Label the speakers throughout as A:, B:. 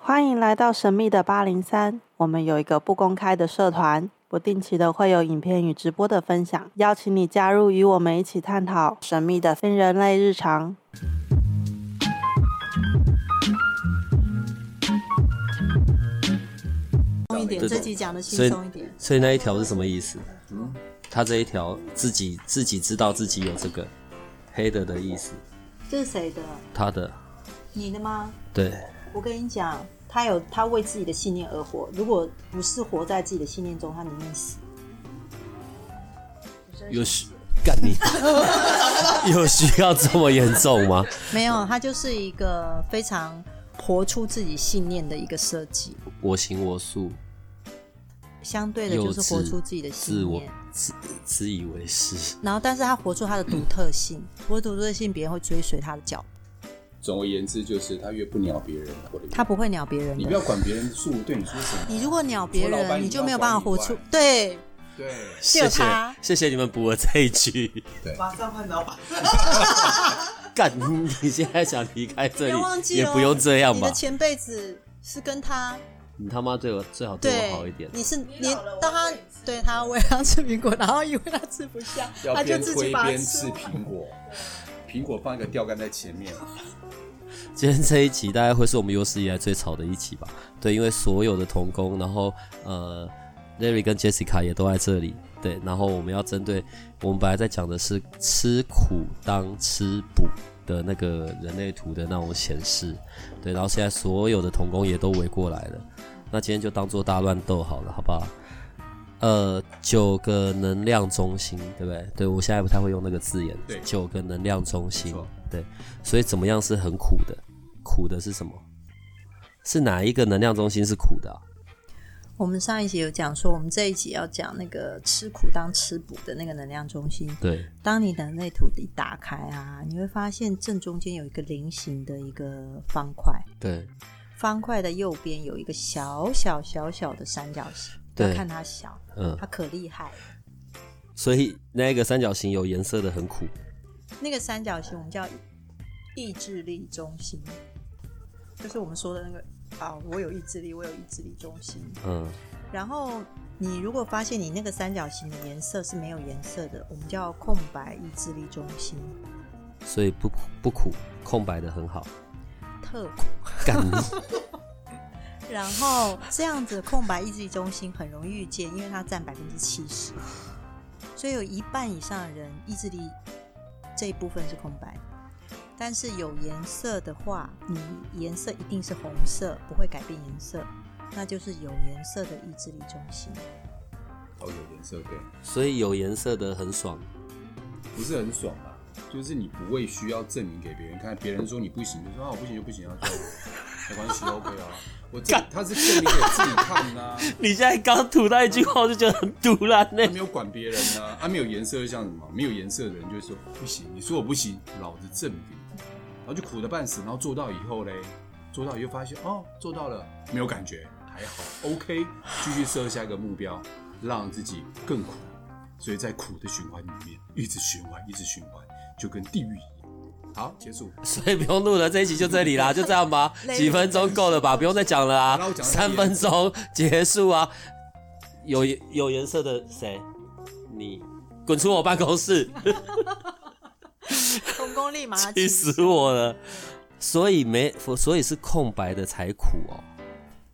A: 欢迎来到神秘的八零三，我们有一个不公开的社团，不定期的会有影片与直播的分享，邀请你加入，与我们一起探讨神秘的非人类日常。松一点，
B: 这种
A: 这集讲的
B: 所
A: 轻
B: 以
A: 松一点。
B: 所以那一条是什么意思？他这一条自己自己知道自己有这个黑的的意思，
A: 这是谁的？
B: 他的
A: 你的吗？
B: 对
A: 我跟你讲，他有他为自己的信念而活，如果不是活在自己的信念中，他宁愿死。
B: 有需干你 有需要这么严重吗？
A: 没有，他就是一个非常活出自己信念的一个设计。
B: 我行我素，
A: 相对的
B: 幼
A: 就是活
B: 稚
A: 出自己的
B: 自
A: 信
B: 我
A: 念，
B: 自自以为是。
A: 然后但是他活出他的独特性，活出独特性，别人会追随他的脚步，
C: 总而言之，就是他越不鸟别人，或者越
A: 他不会鸟别人
C: 你不
A: 的。
C: 要管别人诉对你说什么。
A: 你如果鸟别
C: 除了老
A: 人，
C: 板
A: 你
C: 以
A: 就
C: 外
A: 没有办法活
C: 管
A: 出
C: 以外
A: 对。
C: 对，
A: 谢
B: 谢谢
A: 他
B: 谢谢你们补了这一句。
D: 马上换老板。
B: 干你你现在想离开这
A: 不要忘
B: 里，
A: 记
B: 也
A: 哦
B: 不用这样
A: 你
B: 吧
A: 的？前辈子是跟他
B: 你他妈对我最好对
A: 对
B: 我好一点。
A: 你是
D: 你
A: 你
D: 老了
A: 当
D: 我
A: 他
D: 喂你吃
A: 对他喂他吃苹果，然后因为他吃不下，
C: 要
A: 他就
C: 边
A: 自己
C: 推
A: 把它
C: 边
A: 吃
C: 吃
A: 完。
C: 苹果，苹果放一个钓竿在前面，哦
B: 今天这一集大概会是我们有史以来最吵的一集吧？对，因为所有的童工，然后呃，Larry 跟 Jessica 也都在这里。对，然后我们要针对我们本来在讲的是吃苦当吃补的那个人类图的那种显示，对，然后现在所有的童工也都围过来了，那今天就当做大乱斗好了，好不好？呃，九个能量中心，对不对？对我现在不太会用那个字眼，
C: 对
B: 九个能量中心
C: 没错，
B: 对，所以怎么样是很苦的？苦的是什么？是哪一个能量中心是苦的啊、
A: 我们上一集有讲说，我们这一集要讲那个吃苦当吃补的那个能量中心，
B: 对，
A: 当你的内图一打开啊，你会发现正中间有一个菱形的一个方块，
B: 对，
A: 方块的右边有一个小小小小的三角形。不要
B: 对
A: 看它小，
B: 嗯
A: 它可厉害。
B: 所以那个三角形有颜色的很苦，
A: 那个三角形我们叫意志力中心，就是我们说的那个啊，我有意志力，我有意志力中心。
B: 嗯，
A: 然后你如果发现你那个三角形的颜色是没有颜色的，我们叫空白意志力中心，
B: 所以不苦不苦，空白的很 好。
A: 特苦。
B: 干你，
A: 然后这样子空白意志力中心很容易遇见，因为它占百分之七十，所以有一半以上的人意志力这一部分是空白。但是有颜色的话，你颜色一定是红色，不会改变颜色，那就是有颜色的意志力中 心。
C: 哦，有颜色，对，
B: 所以有颜色的很爽，
C: 不是很爽吧？就是你不会需要证明给别人看，别人说你不行，就说啊我不行就不行啊，这样没关系，OK 啊。我这他是证明给自己看呐、啊，
B: 你现在刚吐那一句话，我就觉得很突然呢、
C: 他没有管别人呐、啊，他、没有颜色像什么？没有颜色的人就会说不行，你说我不行，老子证明，然后就苦的半死，然后做到以后嘞，做到以后发现哦，做到了，没有感觉，还好，OK，继续设下一个目标，让自己更苦，所以在苦的循环里面一直循环，一直循环，就跟地狱一样。好，结束。
B: 所以不用录了，这一集就这里啦，就这样 吧，几分钟够了吧，不用再讲了
C: 那
B: 啊
C: 我，讲到
B: 三分钟结束啊。有有颜色的谁？你滚出我办公室，
A: 空功立马
B: 气死我了。所以没，所以是空白的才苦哦。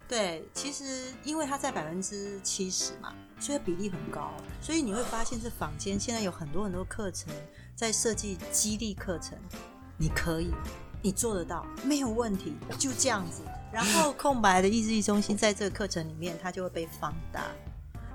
A: 对，其实因为它在百分之七十嘛，所以比例很高，所以你会发现是坊间现在有很多很多课程在设计激励课程，你可以，你做得到，没有问题，就这样子。然后空白的意志力中心在这个课程里面，它就会被放大。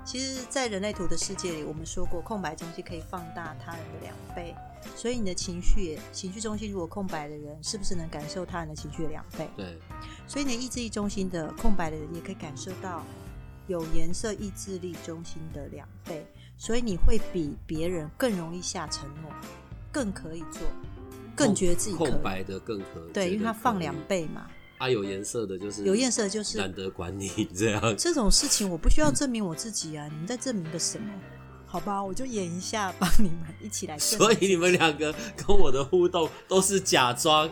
A: 其实，在人类图的世界里，我们说过，空白中心可以放大他人的两倍，所以你的情绪也，情绪中心如果空白的人，是不是能感受他人的情绪的两倍？
B: 对，
A: 所以你的意志力中心的空白的人也可以感受到有颜色意志力中心的两倍，所以你会比别人更容易下承诺，更可以做，更觉得自己可
B: 空
A: 以。
B: 白的更可以。
A: 对，因为它放两
B: 倍。
A: 倍嘛，
B: 啊，有颜色的
C: 嗯
B: 就是
A: 有颜色的就是
B: 懒得管你这样。
A: 这种事情我不需要证明我自己啊，你们在证明个什么？好吧，我就演一下，帮你们一起来证明。
B: 所以你们两个跟我的互动都是假装。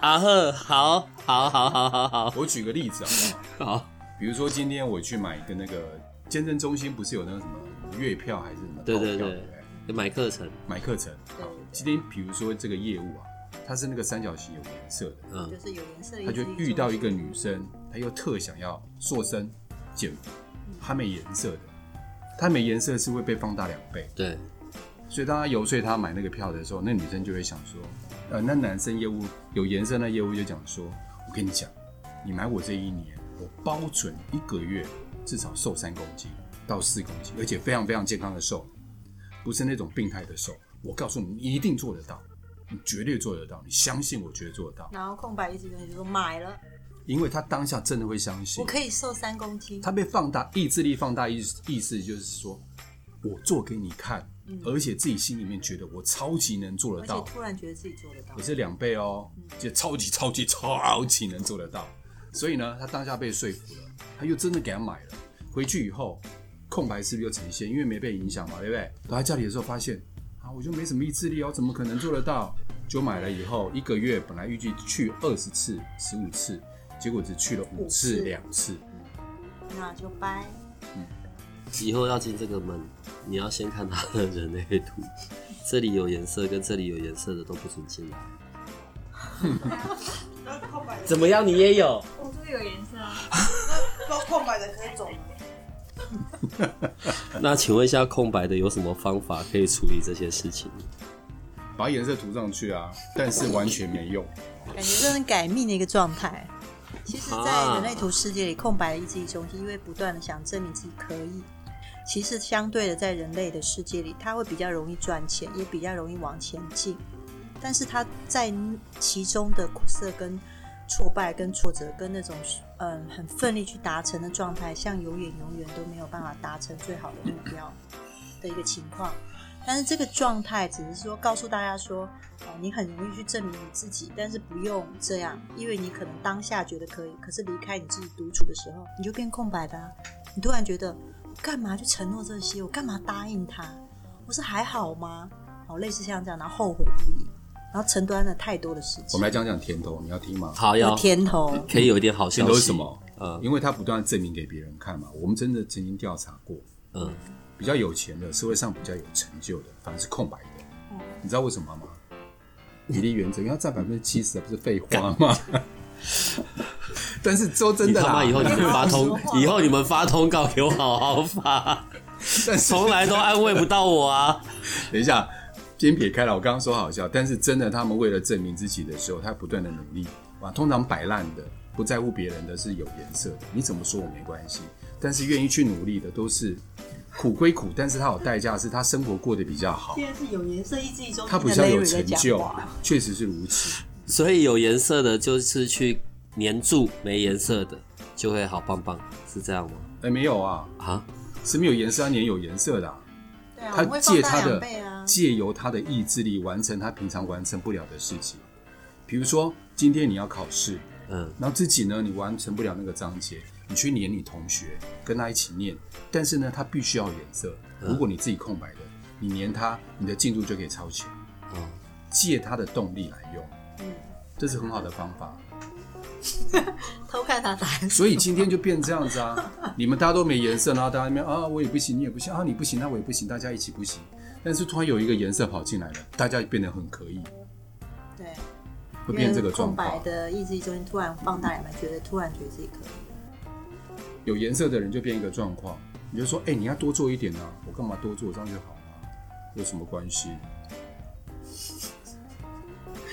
B: 啊呵，好，好，好，好，好，好，
C: 我举个例子好不
B: 好，
C: 好？比如说今天我去买一个那个健身中心，不是有那个什么月票还是什么套
B: 对
C: 票？
B: 对
C: 对
B: 对
C: 不对
B: 买课程，
C: 买课程。好，今天比如说这个业务啊，它是那个三角形有颜色的，
B: 嗯
A: 就是有颜色的一
C: 他
A: 只
C: 就遇到一个女生，她又特想要塑身减肥，她没颜色的，她没颜色是会被放大两倍，
B: 对，
C: 所以当他游说她买那个票的时候，那女生就会想说，呃，那男生业务有颜色，那业务就讲说，我跟你讲，你买我这一年，我包准一个月至少瘦三公斤到四公斤，而且非常非常健康的瘦，不是那种病态的瘦，我告诉你，你一定做得到，你绝对做得到，你相信我，绝对做得到，
A: 然后空白一直东西就说买了，
C: 因为她当下真的会相信
A: 我。可以瘦三公斤。
C: 他被放大，意志力放大意思意思就是说，我做给你看，而且自己心里面觉得我超级能做
A: 嗯
C: 得
A: 而且
C: 到，
A: 突然觉得自己做得到
C: 我，是两倍哦，就超级超级超级能做得到。所以呢，他当下被说服了，他又真的给他买了。回去以后，空白是不是又呈现？因为没被影响嘛，对不对？到他家里的时候发现，啊，我就没什么意志力哦，怎么可能做得到？就买了以后，一个月本来预计去二十次、十五次，结果只去了五
A: 五次
C: 次、两次。
A: 那就掰。
B: 以后要进这个门，你要先看他的人类图， 这里有颜色跟这里有颜色的都不准 进来。
D: 那空白的，
B: 怎么样？你也有？
E: 我这个有颜色 啊，
D: 空空白的可以走吗？
B: 那请问一下，空白的有什么方法可以处理这些事情？
C: 把颜色涂上去啊，但是完全没用。
A: 感觉这是改命的一个状态。其实，在人类图世界里，空白的意志力中心，因为不断的想证明自己可以。其实，相对的，在人类的世界里，他会比较容易赚钱，也比较容易往前进。但是，他在其中的苦涩、跟挫败、跟挫折、跟那种嗯很奋力去达成的状态，像永远永远都没有办法达成最好的目标的一个情况。但是这个状态只是说告诉大家说，哦，你很容易去证明你自己，但是不用这样，因为你可能当下觉得可以，可是离开你自己独处的时候，你就变空白的、啊。你突然觉得，我干嘛去承诺这些？我干嘛答应他？我是还好吗？哦，类似像这样，然后后悔不已，然后承担了太多的事
C: 我
A: 情
C: 们。来讲讲甜头，你要听吗？
B: 好
A: 有
B: 要
A: 甜头，
B: 可以有一点好消
C: 甜
B: 息
C: 头是什？么？
B: 嗯
C: 因为他不断地证明给别人看嘛。我们真的曾经调查过，
B: 嗯，
C: 比较有钱的，社会上比较有成就的，反而是空白的。你知道为什么吗？
B: 嗯
C: 比例原则，因为它占百分之七十，不是废话吗？ 但是说真
B: 你
C: 的啊
B: 他妈
C: 啦，
B: 以后你们发
A: 你
B: 通
A: 好好说，话
B: 以后你们发通告给我好好发，
C: 但是
B: 从来都安慰不到我啊。
C: 等一下，先撇开了。我刚刚说好笑，但是真的，他们为了证明自己的时候，他不断的努力。哇，通常摆烂的、不在乎别人的是有颜色的，你怎么说我没关系。但是愿意去努力的都是苦归苦，但是他有代价，是他生活过得比较好
A: 既，然是有颜色意志力中
C: 他比
A: 心
C: 较
A: 的
C: 有
A: Larry 在
C: 成
A: 讲
C: 就啊
A: 话，
C: 确实是如此。
B: 所以有颜色的就是去黏住，没颜色的就会好棒棒，是这样吗？
C: 哎，没有啊，
B: 啊，
C: 是没有颜色，他也有颜色的啊、
A: 对啊，
C: 他
A: 我会放
C: 借
A: 大
C: 他
A: 两
C: 的
A: 倍啊。
C: 借由他的意志力完成他平常完成不了的事情，比如说今天你要考试，
B: 嗯，
C: 然后自己呢，你完成不了那个章节，你去黏你同学，跟他一起念，但是呢，他必须要有颜色。如果你自己空白的，你黏他，你的进度就可以超前。
B: 哦，
C: 借他的动力来用，
A: 嗯，
C: 这是很好的方法。
A: 偷看他答案，
C: 所以今天就变这样 子啊，你们大家都没颜色，然后大家那边啊，我也不行，你也不行啊，你不行，那我也不行，大家一起不行。但是突然有一个颜色跑进来了，大家变得很可以，
A: 对，
C: 会变这个状
A: 空白
C: 况。
A: 的意志力中心突然放大两倍，觉得突然觉得自己可以。
C: 有颜色的人就变一个状况，你就说，哎、你要多做一点啊，我干嘛多做，这样就好了，有什么关系？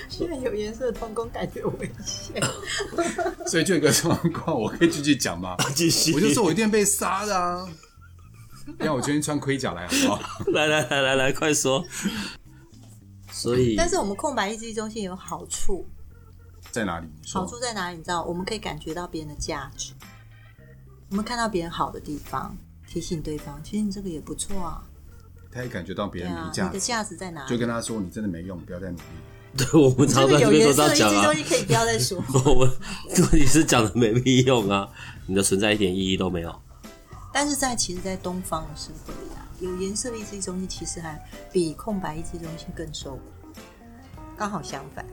A: 居然有颜色的童工感觉危险。
C: 所以就有一个状况，我可以继续讲吗？
B: 继续
C: 我就说我一定被杀的啊！让我今天穿盔甲来好不好？
B: 来来来来来，快说。所以，
A: 但是我们空白意志力中心有好处，
C: 在哪里？你说
A: 好处在哪里？你知道，我们可以感觉到别人的价值，我们看到别人好的地方，提醒对方，其实你这个也不错啊，
C: 他也感觉到别
A: 对
C: 人
A: 啊
C: 没，价
A: 你的
C: 值，
A: 价值在哪
C: 就
A: 里？
C: 跟他说：“你真的没用，不要再努力。
B: 对我们
A: 这
B: 常
A: 个
B: 常这
A: 有
B: 边都
A: 颜
B: 这
A: 色
B: 样
A: 的意志
B: 讲
A: 力
B: 啊
A: 中。心可以不要再 说。
B: 我们问题是讲的没屁用啊，你的存在一点意义都没有。
A: 但是在其实，在东方的社会里啊，有颜色的一些东西，其实还比空白一些中心更瘦，刚好相反。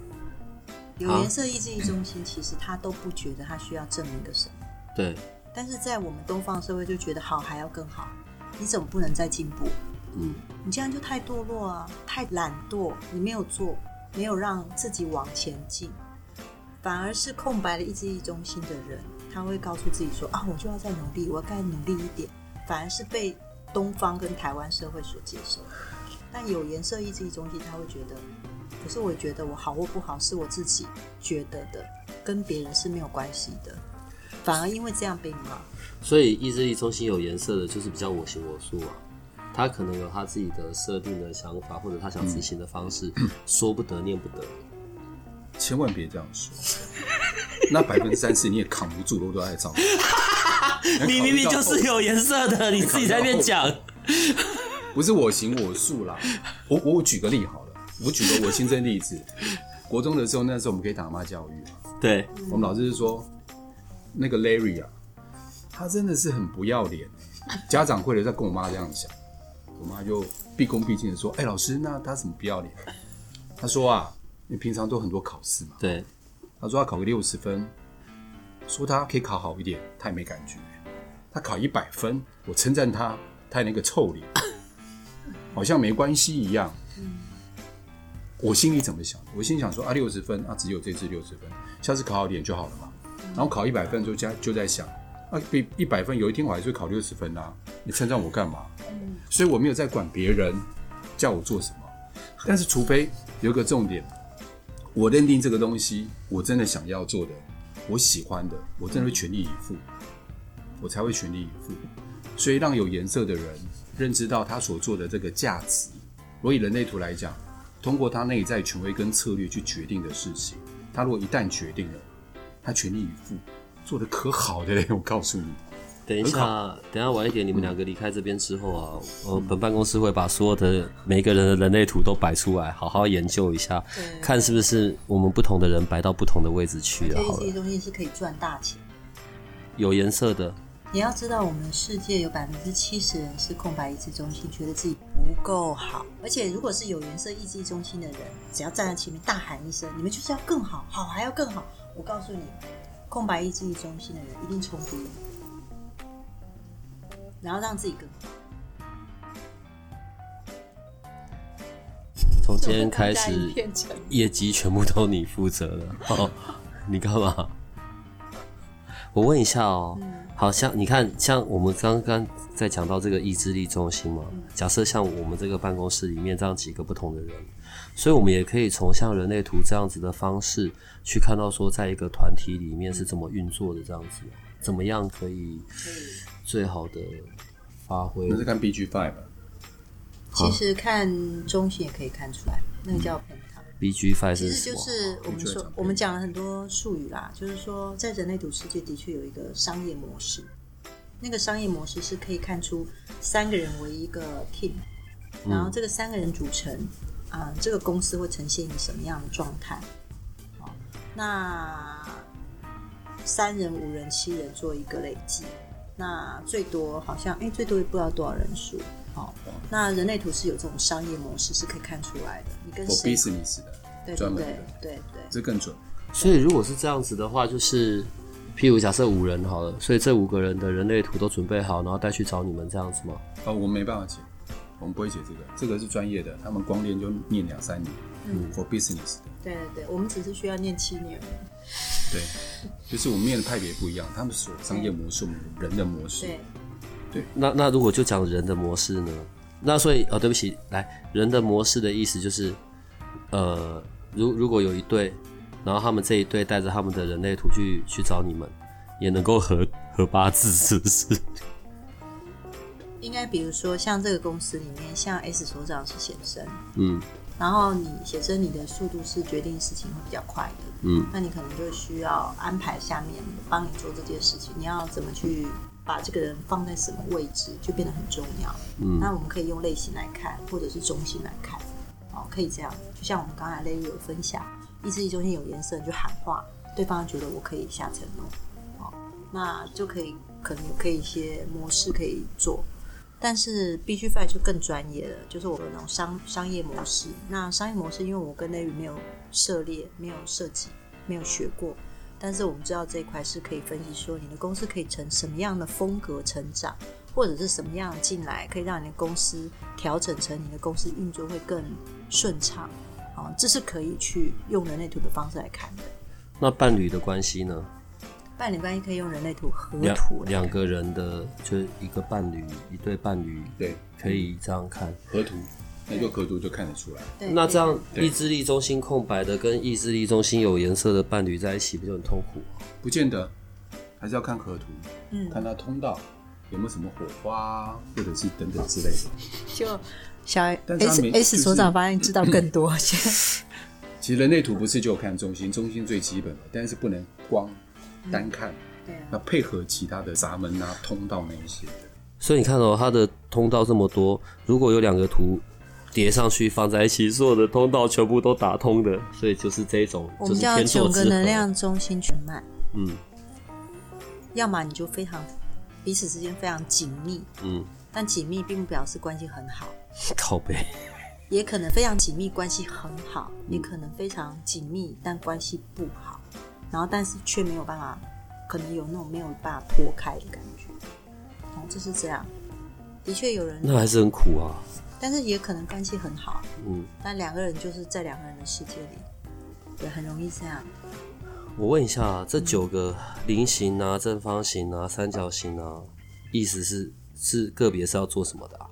A: 有
B: 好
A: 颜色意志力中心，其实他都不觉得他需要证明个什么，
B: 对，
A: 但是在我们东方社会就觉得好还要更好，你总不能再进步，
B: 嗯，
A: 你这样就太堕落啊，太懒惰，你没有做，没有让自己往前进，反而是空白的意志力中心的人，他会告诉自己说啊，我就要再努力，我该努力一点，反而是被东方跟台湾社会所接受。但有颜色意志力中心，他会觉得，可是我觉得我好或不好是我自己觉得的，跟别人是没有关系的，反而因为这样被骂。
B: 所以意志力中心有颜色的，就是比较我行我素啊。他可能有他自己的设定的想法，或者他想执行的方 式，说不得念不得。
C: 千万别这样说。 那百分之三十你也扛不住，都都在找。
B: 你明明就是有颜色的，你自己在那边讲。
C: 不是我行我素啦。我我举个例好了，我举个我亲身例子。国中的时候，那时候我们可以打骂教育嘛，
B: 对，
C: 我们老师就说，那个 Larry 啊，他真的是很不要脸。欸家长会的在跟我妈这样想，我妈就毕恭毕敬的说：“哎、老师，那他怎么不要脸？”他说啊，你平常都很多考试嘛，
B: 对，
C: 他说他考个六十分，说他可以考好一点，他也没感觉。他考一百分，我称赞他，他也那个臭脸，好像没关系一样。我心里怎么想？我心里想说啊，六十分啊，只有这次六十分，下次考好一点就好了嘛。然后考一百分就加就在想啊，比一百分有一天我还是会考六十分啦、啊你称赞我干嘛？所以我没有在管别人叫我做什么，但是除非有一个重点，我认定这个东西，我真的想要做的，我喜欢的，我真的会全力以赴，我才会全力以赴。所以让有颜色的人认知到他所做的这个价值。如果以人类图来讲，通过他内在权威跟策略去决定的事情，他如果一旦决定了，他全力以赴，做的可好的嘞！我告诉你，
B: 等一下，等一下晚一点，你们两个离开这边之后啊，呃，本办公室会把所有的每个人的人类图都摆出来，好好研究一下，
A: 对
B: 看是不是我们不同的人摆到不同的位置去
A: 有
B: 了。
A: 颜
B: 好
A: 色意志力
B: 了，
A: 中心是可以赚大钱。
B: 有颜色的，
A: 你要知道，我们世界有百分之七十人是空白意志中心，觉得自己不够好。而且，如果是有颜色意志中心的人，只要站在前面大喊一声“你们就是要更好，好还要更好”，我告诉你，空白意志中心的人一定冲第一，然后让自己更好。
B: 从今天开始
A: 这种会让大家一片沉默
B: 业绩全部都你负责了。哦，你干嘛？我问一下哦，好像你看，像我们刚刚在讲到这个意志力中心嘛，假设像我们这个办公室里面这样几个不同的人，所以我们也可以从像人类图这样子的方式去看到说，在一个团体里面是怎么运作的，这样子怎么样可以最好的发挥
C: 那。是看 BG Five， 啊
A: 其实看中心也可以看出来，那个叫
B: 嗯
A: penta。
B: B G Five
A: 其
B: 是
A: 实
B: 什
A: 就
B: 么？
A: 是我们
C: 你觉得
A: 说
C: 怎么，
A: 我们讲了很多术语啦，就是说，在人类读世界的确有一个商业模式，那个商业模式是可以看出三个人为一个 team，然后这个三个人组成，啊、这个公司会呈现一个什么样的状态？好，那三人、五人、七人做一个累计，那最多好像哎，最多也不知道多少人数。好，那人类图是有这种商业模式是可以看出来的，你跟
C: 我
A: 谁
C: business
A: 对对
C: 的，专门
A: 对
C: 的，
A: 对对，
C: 这更准。
B: 所以如果是这样子的话，就是譬如假设五人好了，所以这五个人的人类图都准备好，然后带去找你们这样子吗？
C: 哦，我们没办法解，我们不会解这个，这个是专业的，他们光练就念两三年，嗯，for business 的，
A: 对对对，我们只是需要念七年。
C: 对，就是我们念的派别不一样，他们所商业模式，我们人的模式，
A: 对，
B: 那那如果就讲人的模式呢？那所以哦，对不起，来人的模式的意思就是，呃，如如果有一对，然后他们这一对带着他们的人类图去去找你们，也能够合合八字，是不是？
A: 应该比如说像这个公司里面，像 S 所长是显生，
B: 嗯
A: 然后你显生你的速度是决定事情会比较快的，
B: 嗯，
A: 那你可能就需要安排下面帮你做这件事情，你要怎么去把这个人放在什么位置，就变得很重要。嗯，那我们可以用类型来看，或者是中心来看，哦，可以这样。就像我们刚才 Larry 有分享，意志力中心有颜色，你就喊话，对方觉得我可以下承诺，哦，那就可以可能有可以一些模式可以做。但是必须 f 就更专业了，就是我们那种商商业模式。那商业模式，因为我跟内宇没有涉猎、没有涉及、没有学过，但是我们知道这一块是可以分析说你的公司可以成什么样的风格成长，或者是什么样进来可以让你的公司调整成你的公司运作会更顺畅。哦，这是可以去用人类图的方式来看的。
B: 那伴侣的关系呢？
A: 伴侣关系可以用人类图合
B: 两
A: 图来
B: 两个人的，就是一个伴侣，一对伴侣，
C: 对，
B: 可以这样看。
C: 河图，那就河图就看得出来。
A: 对
B: 那这样
C: 对
B: 意志力中心空白的跟意志力中心有颜色的伴侣在一起，不就很痛苦？
C: 不见得，还是要看河图，
A: 嗯
C: 看它通道有没有什么火花，或者是等等之类的。
A: 就小
C: 但是他
A: S
C: 没
A: S
C: 就是
A: 所长发现知道更多，现在
C: 其实人类图不是就有看中心，中心最基本的，但是不能光单看，
A: 对啊
C: 要配合其他的闸门啊、通道那一些的。
B: 所以你看哦，它的通道这么多，如果有两个图叠上去放在一起，所有的通道全部都打通的，所以就是这种，
A: 我
B: 就
A: 们
B: 是
A: 叫
B: 天作
A: 九个
B: 之
A: 能
B: 合。
A: 量中心全满，
B: 嗯
A: 要么你就非常彼此之间非常紧密，
B: 嗯，
A: 但紧密并不表示关系很好，
B: 靠背。
A: 也可能非常紧密关系很好，也可能非常紧密但关系不好，然后但是却没有办法，可能有那种没有办法脱开的感觉，哦，就是这样。的确有人，
B: 那还是很苦啊。
A: 但是也可能关系很好，
B: 嗯，
A: 但两个人就是在两个人的世界里，也很容易这样。
B: 我问一下，这九个菱形啊、正方形啊、三角形啊，意思是是个别是要做什么的啊？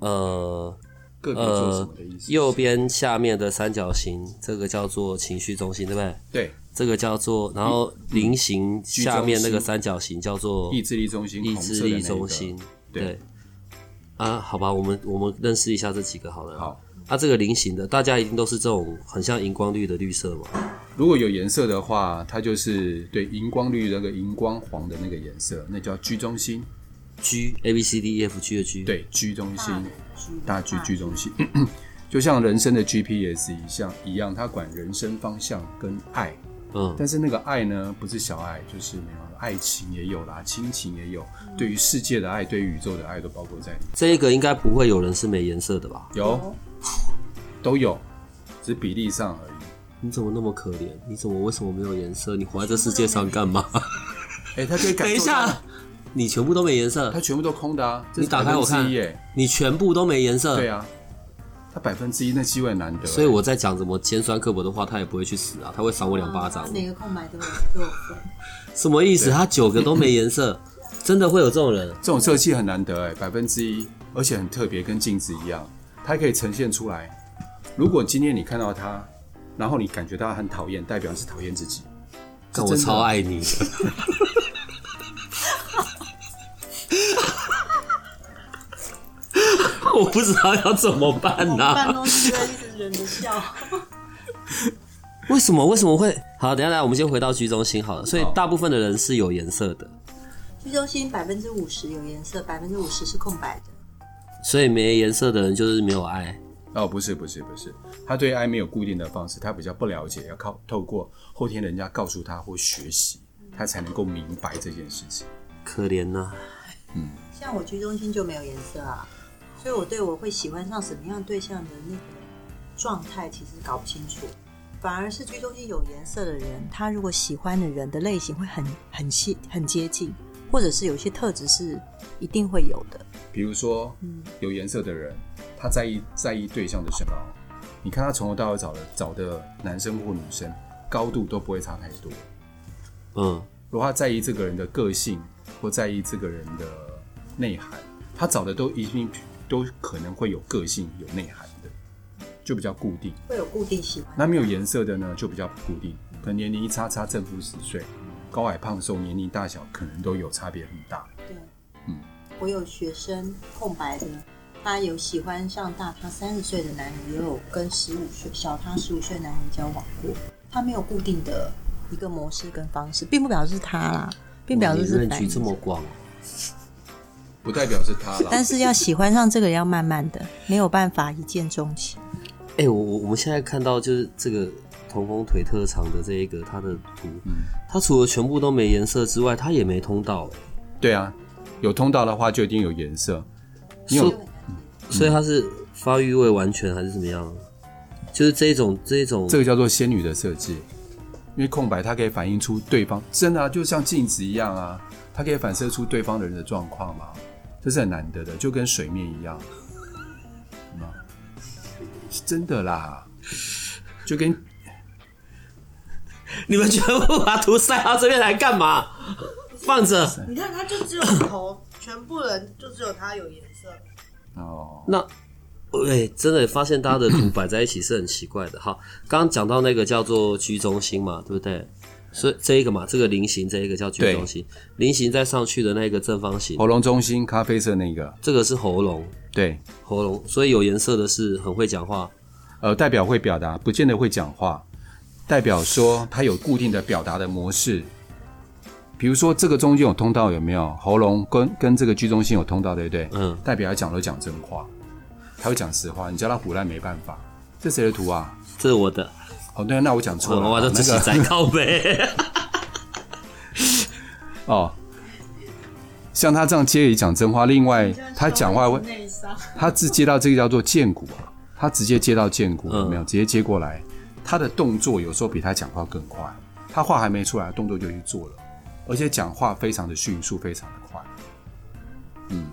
B: 呃
C: 个别做什
B: 呃
C: 么的意，思？
B: 右边下面的三角形，这个叫做情绪中心，对不对？
C: 对，
B: 这个叫做，然后菱形下面那
C: 居中
B: 个
C: 心
B: 三角形叫做
C: 意志力中心，
B: 意
C: 红色
B: 志
C: 的那
B: 力
C: 一个
B: 中心，
C: 对
B: 对。啊，好吧，我们我们认识一下这几个好了。
C: 好，
B: 啊，这个菱形的，大家一定都是这种很像荧光绿的绿色嘛。
C: 如果有颜色的话，它就是对荧光绿那个荧光黄的那个颜色，那叫居中心，
B: 嗯 G A B C D E F G 的 G，，
C: 对，居中心，
B: 啊
A: 居
C: 大居居中心， 就像人生的 GPS 一样一样，它管人生方向跟爱，
B: 嗯，
C: 但是那个爱呢，不是小爱，就是没有爱情也有啦，亲情也有，
B: 嗯
C: 对于世界的爱，对于宇宙的爱都包括在里面，
B: 这一个应该不会有人是没颜色的吧？
A: 哦
C: 有，都有，只是比例上而已。
B: 你怎么那么可怜？你怎么为什么没有颜色？你活在这世界上干嘛？
C: 哎、它可以感
B: 等一
C: 受到
B: 下，你全部都没颜色
C: 它，全部都空的啊！这是
B: 你打开我看
C: 1%耶，
B: 你全部都没颜色。
C: 对啊，它百分之一，那机会很难得。
B: 所以我在讲什么尖酸刻薄的话，他也不会去死啊，他会赏我两巴掌。
A: 每哦
C: 啊
A: 个空白都有都有分。
B: 什么意思？他九个都没颜 色，真的会有这种人？
C: 这啊种设计很难得哎，百分之一，而且很特别，跟镜子一样，它可以呈现出来。如果今天你看到它，然后你感觉到很讨厌，代表是讨厌自己。
B: 看
C: 真
B: 我
C: 的
B: 超爱你， 我不知道要怎么办啊
A: 我们
B: 呐、
A: 办公室在一直忍着笑，
B: 为什么为什么会好？等一下来，我们先回到居中心好了。所以
C: 好
B: 大部分的人是有颜色的，
A: 居中心百分之五十有颜色，百分之五十是空白的。
B: 所以没颜色的人就是没有爱。
C: 哦，不是不是不是，他对爱没有固定的方式，他比较不了解，要靠透过后天人家告诉他或学习，他才能够明白这件事情。
B: 可怜啊呐、
A: 像我居中心就没有颜色啊，所以我对我会喜欢上什么样对象的那个状态其实搞不清楚。反而是居中心有颜色的人，他如果喜欢的人的类型会很很细很接近，或者是有一些特质是一定会有的。
C: 比如说，有颜色的人，他在意在意对象的身高，你看他从头到尾找的找的男生或女生，高度都不会差太多。
B: 嗯，
C: 如果他在意这个人的个性，或在意这个人的内涵，他找的都一定都可能会有个性、有内涵的，就比较固定。
A: 会有固定喜欢。
C: 那没有颜色的呢，就比较不固定，可能年龄一差差正负十岁，高矮胖瘦、年龄大小可能都有差别很大。
A: 对，
C: 嗯
A: 我有学生空白的，他有喜欢上大他三十岁的男人，也有跟十五岁小他十五岁的男人交往过。他没有固定的一个模式跟方式，并不表示他啦，并不表示
B: 你
A: 是
B: 论
A: 白
B: 据。这么广，啊
C: 不代表是他啦，
A: 但是要喜欢上这个人要慢慢的，没有办法一见钟情。
B: 哎、我我我们现在看到就是这个童工腿特长的这一个它的图，
C: 嗯
B: 它除了全部都没颜色之外，它也没通道、哎
C: 对啊，有通道的话就一定有颜色。你有
B: 所以他是发育未完全还是怎么样？就是这一种这一种
C: 这个叫做仙女的设计，因为空白它可以反映出对方真的、啊、就像镜子一样啊，它可以反射出对方的人的状况嘛，这是很难得的，就跟水面一样， 嗯啊是真的啦，就跟
B: 你们全部把图塞到这边来干嘛？放着。
D: 你看，他就只有头，全部人就只有他有颜色。
C: 哦，
B: 那，哎、真的发现大家的图摆在一起是很奇怪的。好，刚刚讲到那个叫做居中心嘛，对不对？所以这一个嘛，这个菱形，这一个叫居中心，菱形再上去的那个正方形，
C: 喉咙中心咖啡色那个，
B: 这个是喉咙，
C: 对，
B: 喉咙，所以有颜色的是很会讲话，
C: 呃，代表会表达，不见得会讲话。代表说他有固定的表达的模式，比如说这个中间有通道有没有？喉咙跟跟这个居中心有通道，对不对？
B: 嗯，
C: 代表他讲都讲真话，他会讲实话，你叫他胡乱没办法。这谁的图啊？
B: 这是我的，
C: 哦，对啊，那我讲错
B: 我
C: 了。
B: 我就自
C: 那
B: 己
C: 个
B: 在靠背。
C: 哦，像他这样接也讲真话，另外他讲话会，
D: 内伤，
C: 他直接到这个叫做剑骨啊，他直接接到剑骨
B: 嗯
C: 有没有？直接接过来，他的动作有时候比他讲话更快，他话还没出来，动作就去做了，而且讲话非常的迅速，非常的快。
B: 嗯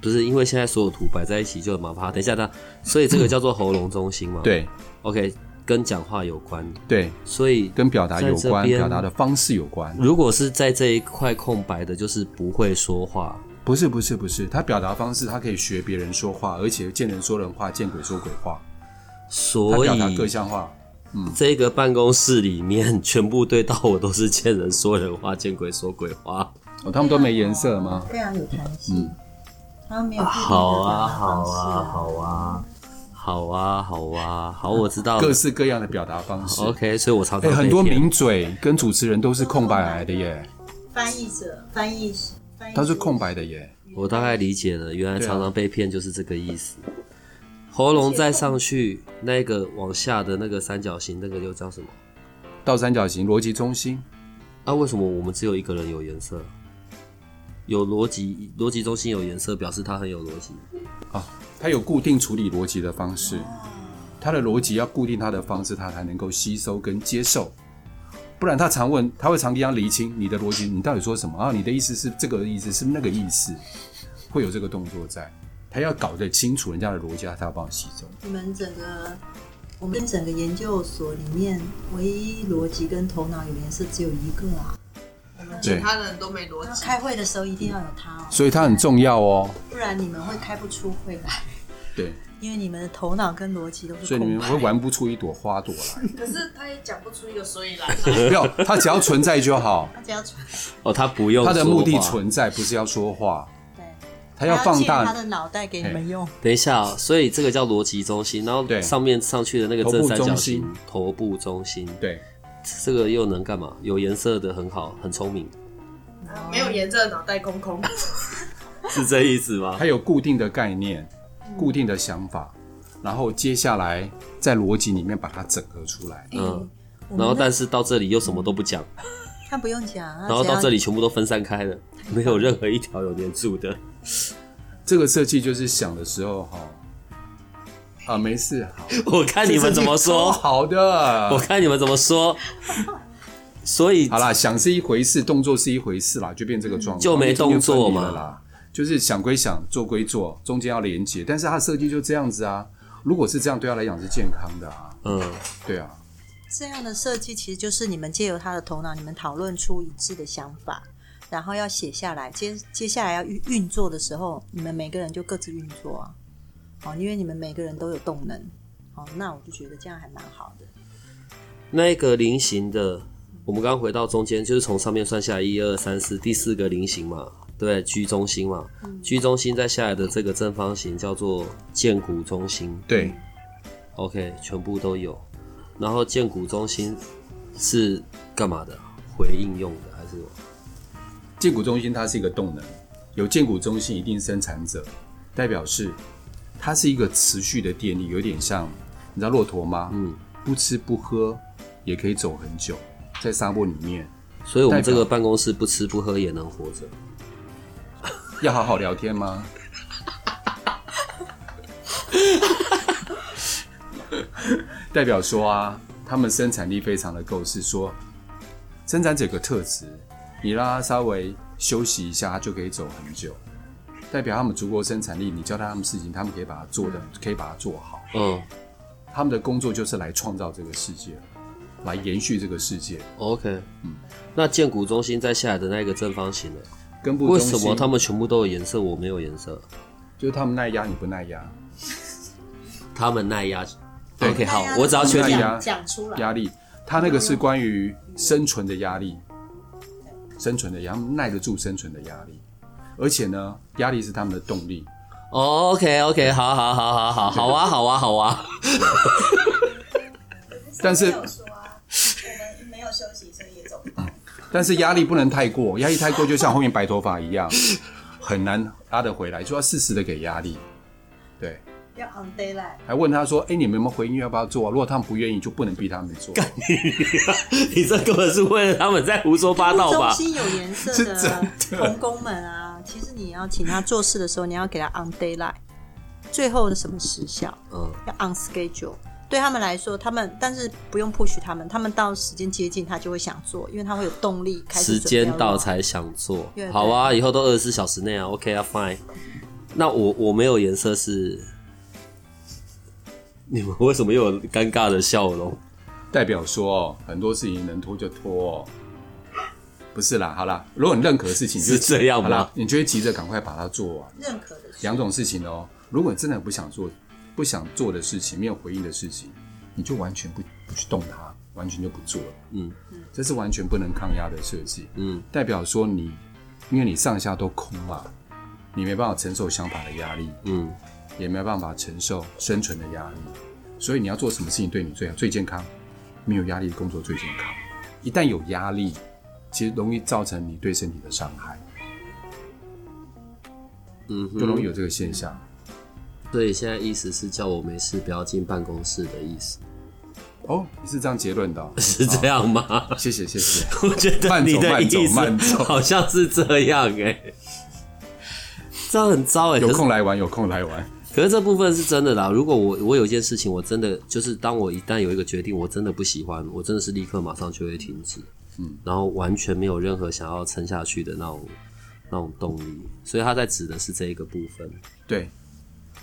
B: 不是因为现在所有图摆在一起就很麻烦。等一下，他所以这个叫做喉咙中心嘛？
C: 对
B: ，OK，跟讲话有关，
C: 对，
B: 所以
C: 跟表达
B: 在
C: 有
B: 这
C: 关，
B: 边
C: 表达的方式有关。
B: 如果是在这一块空白的，就是不会说话，
C: 不是不是不是，他表达方式他可以学别人说话，而且见人说人话，见鬼说鬼话，他
B: 所
C: 表达各
B: 以
C: 项话。
B: 这个办公室里面全部对到我都是见人说人话，见鬼说鬼话。
C: 哦，他们都没颜色吗？嗯
A: 非啊常有弹性，他们没有固定的
B: 好啊，
A: 表达方
B: 好
A: 式
B: 啊，好啊，好啊，好啊，好，我知道了
C: 各。式各样的表达方式。
B: OK，所以我常
C: 哎、
B: 常
C: 很
B: 被
C: 多
B: 骗
C: 名嘴跟主持人都是空白来的耶，
A: 翻译者翻译翻译
C: 他是空白的耶。
B: 我大概理解了，原来
C: 对啊
B: 常常被骗就是这个意思。喉咙再上去，那个往下的那个三角形，那个又叫什么？
C: 倒三角形逻辑中心，
B: 啊，为什么我们只有一个人有颜色？啊有逻辑，逻辑中心有颜色，表示他很有逻辑。
C: 他有固定处理逻辑的方式，他的逻辑要固定他的方式，他才能够吸收跟接受。不然他常问，他会常跟他厘清你的逻辑，你到底说什么啊？你的意思是这个意思，是那个意思，会有这个动作在。他要搞得清楚人家的逻辑，他才要帮我吸收。
A: 你们整个，我们整个研究所里面，唯一逻辑跟头脑有颜色只有一个啊。
C: 对
D: 其他人都没逻
A: 那
D: 辑。
A: 开会的时候一定要有他哦，
C: 所以它很重要哦。
A: 不然你们会开不出会来，
C: 对，
A: 因为你们的头脑跟逻辑都
C: 所
A: 是
C: 以你
A: 空
C: 们
A: 白。
C: 会玩不出一朵花朵来。
D: 可是他也讲不出一个所以然。
C: 不要，它只要存在就好。
A: 他只要出
B: 哦，他不用
C: 它的
B: 说
C: 目的
B: 话。
C: 存在，不是要说话，
A: 对，
C: 它要放
A: 借他
C: 大
A: 的脑袋给你们用。
B: 等一下、哦，所以这个叫逻辑中心，然后
C: 对
B: 上面上去的那个
C: 头
B: 正
C: 部
B: 三角
C: 中
B: 形
C: 心，
B: 头部中心，
C: 对。
B: 这个又能干嘛？有颜色的很好，很聪明，
D: 没有颜色，脑袋空空。
B: 啊是这意思吗
C: 它？有固定的概念、
A: 嗯
C: 固定的想法，然后接下来在逻辑里面把它整合出来。
B: 嗯，
A: 我
B: 然后
A: 们
B: 但是到这里又什么都不讲，
A: 他不用讲，然
B: 然后到这里全部都分散开了，没有任何一条有连住的。
C: 这个设计就是想的时候哈、啊，没事，好
B: 我看哎你们怎么
C: 这设计超
B: 说，
C: 好
B: 我
C: 的。
B: 看你们怎么说。所以
C: 好啦，想是一回事，动作是一回事啦，就变这个状况，
B: 就没动作嘛
C: 因为中间分离了啦。就是想归想，做归做，中间要连接，但是它设计就这样子啊。如果是这样，对他来讲是健康的啊，
B: 嗯，
C: 对啊。
A: 这样的设计其实就是你们借由他的头脑，你们讨论出一致的想法，然后要写下来。接接下来要运运作的时候，你们每个人就各自运作啊。哦，因为你们每个人都有动能。哦，那我就觉得这样还蛮好的。
B: 那一个菱形的，我们刚刚回到中间，就是从上面算下来，一二三四，第四个菱形嘛，对，居中心嘛，
C: 嗯
B: 居中心再下来的这个正方形叫做剑骨中心
C: 对，
B: ，OK，全部都有。然后剑骨中心是干嘛的？回应用的还是什么？
C: 建骨中心它是一个动能，有建骨中心一定生产者，代表是它是一个持续的电力，有点像你知道骆驼吗？
B: 嗯，
C: 不吃不喝也可以走很久，在沙漠里面，
B: 所以我们
C: 代表
B: 这个办公室不吃不喝也能活着。
C: 要好好聊天 吗？代表说啊，他们生产力非常的够，是说生产者有个特质，你让他稍微休息一下，他就可以走很久。代表他们足够生产力，你交代他们事情，他们可以把它做的，可以把它做好。
B: 嗯
C: 他们的工作就是来创造这个世界，来延续这个世界。
B: ，OK，那建谷中心在下来的那个正方形呢？
C: 根部
B: 为
C: 中心
B: 什么他们全部都有颜色，我没有颜色？
C: 就是他们耐压，你不耐压，
B: 他们耐压。
C: 对
B: OK，好
A: 耐压，
B: 我只要确定
C: 耐。压
D: 讲讲出来，
C: 压力，他
E: 嗯
C: 那个是关于生存的压力，生存的压，耐得住生存的压力。而且呢，压力是他们的动力。
B: 哦 OK OK，好好好好好好啊好啊好啊。
C: 但是嗯
E: 没有说啊，我们没有休息，所以也走不动。
C: 但是压力不能太过，压力太过就像后面白头发一样，很难拉得回来，就要适时的给压力。对，
D: 要 on d a y l i g h
C: 还问他说：“哎、你们有没有回应要不要做、啊？如果他们不愿意，就不能逼他们做。
B: 你这根本是为了他们在胡说八道
A: 中
B: 吧？
A: 心有 颜色
C: 是
A: 的
C: 真的
A: 童工们啊，其实你要请他做事的时候，你要给他 on d a y l i g h t 最后的什么时效
B: 嗯，
A: 要 on schedule。对他们来说，他们但是不用 push 他们，他们到时间接近，他就会想做，因为他会有动力开始
B: 时
A: 准备要
B: 间到
A: 弄
B: 才想做
A: 对。对
B: 好啊，以后都二十四小时内啊。OK 啊，Fine。那我我没有颜色是， 你们为什么又有尴尬的笑容？”
C: 代表说哦，很多事情能拖就拖、哦。不是啦，好啦，如果你认可的事情就是
B: 这样
C: 好
B: 吗
C: 啦，你就会急着赶快把它做完。
A: 认可的
C: 两种事情哦。如果你真的不想做、不想做的事情，没有回应的事情，你就完全不不去动它，完全就不做了。
B: 嗯，
C: 这是完全不能抗压的设计。
B: 嗯，
C: 代表说你，因为你上下都空嘛，你没办法承受想法的压力，
B: 嗯，
C: 也没有办法承受生存的压力，所以你要做什么事情对你最好、最健康，没有压力的工作最健康。一旦有压力，其实容易造成你对身体的伤害，
B: 嗯哼，
C: 就容易有这个现象。
B: 所以现在意思是叫我没事不要进办公室的意思，
C: 哦，你 是这样结论的哦、
B: 是这样吗？
C: 谢谢谢谢。
B: 我觉得
C: 慢走
B: 你的
C: 慢走
B: 意
C: 慢
B: 思
C: 走
B: 好像是这样哎、这样很糟哎、
C: 有
B: 可是
C: 空来玩，有空来玩。
B: 可是这部分是真的啦。如果我我有一件事情，我真的就是当我一旦有一个决定，我真的不喜欢，我真的是立刻马上就会停止，嗯，然后完全没有任何想要撑下去的那种那种动力。所以他在指的是这一个部分。
C: 对，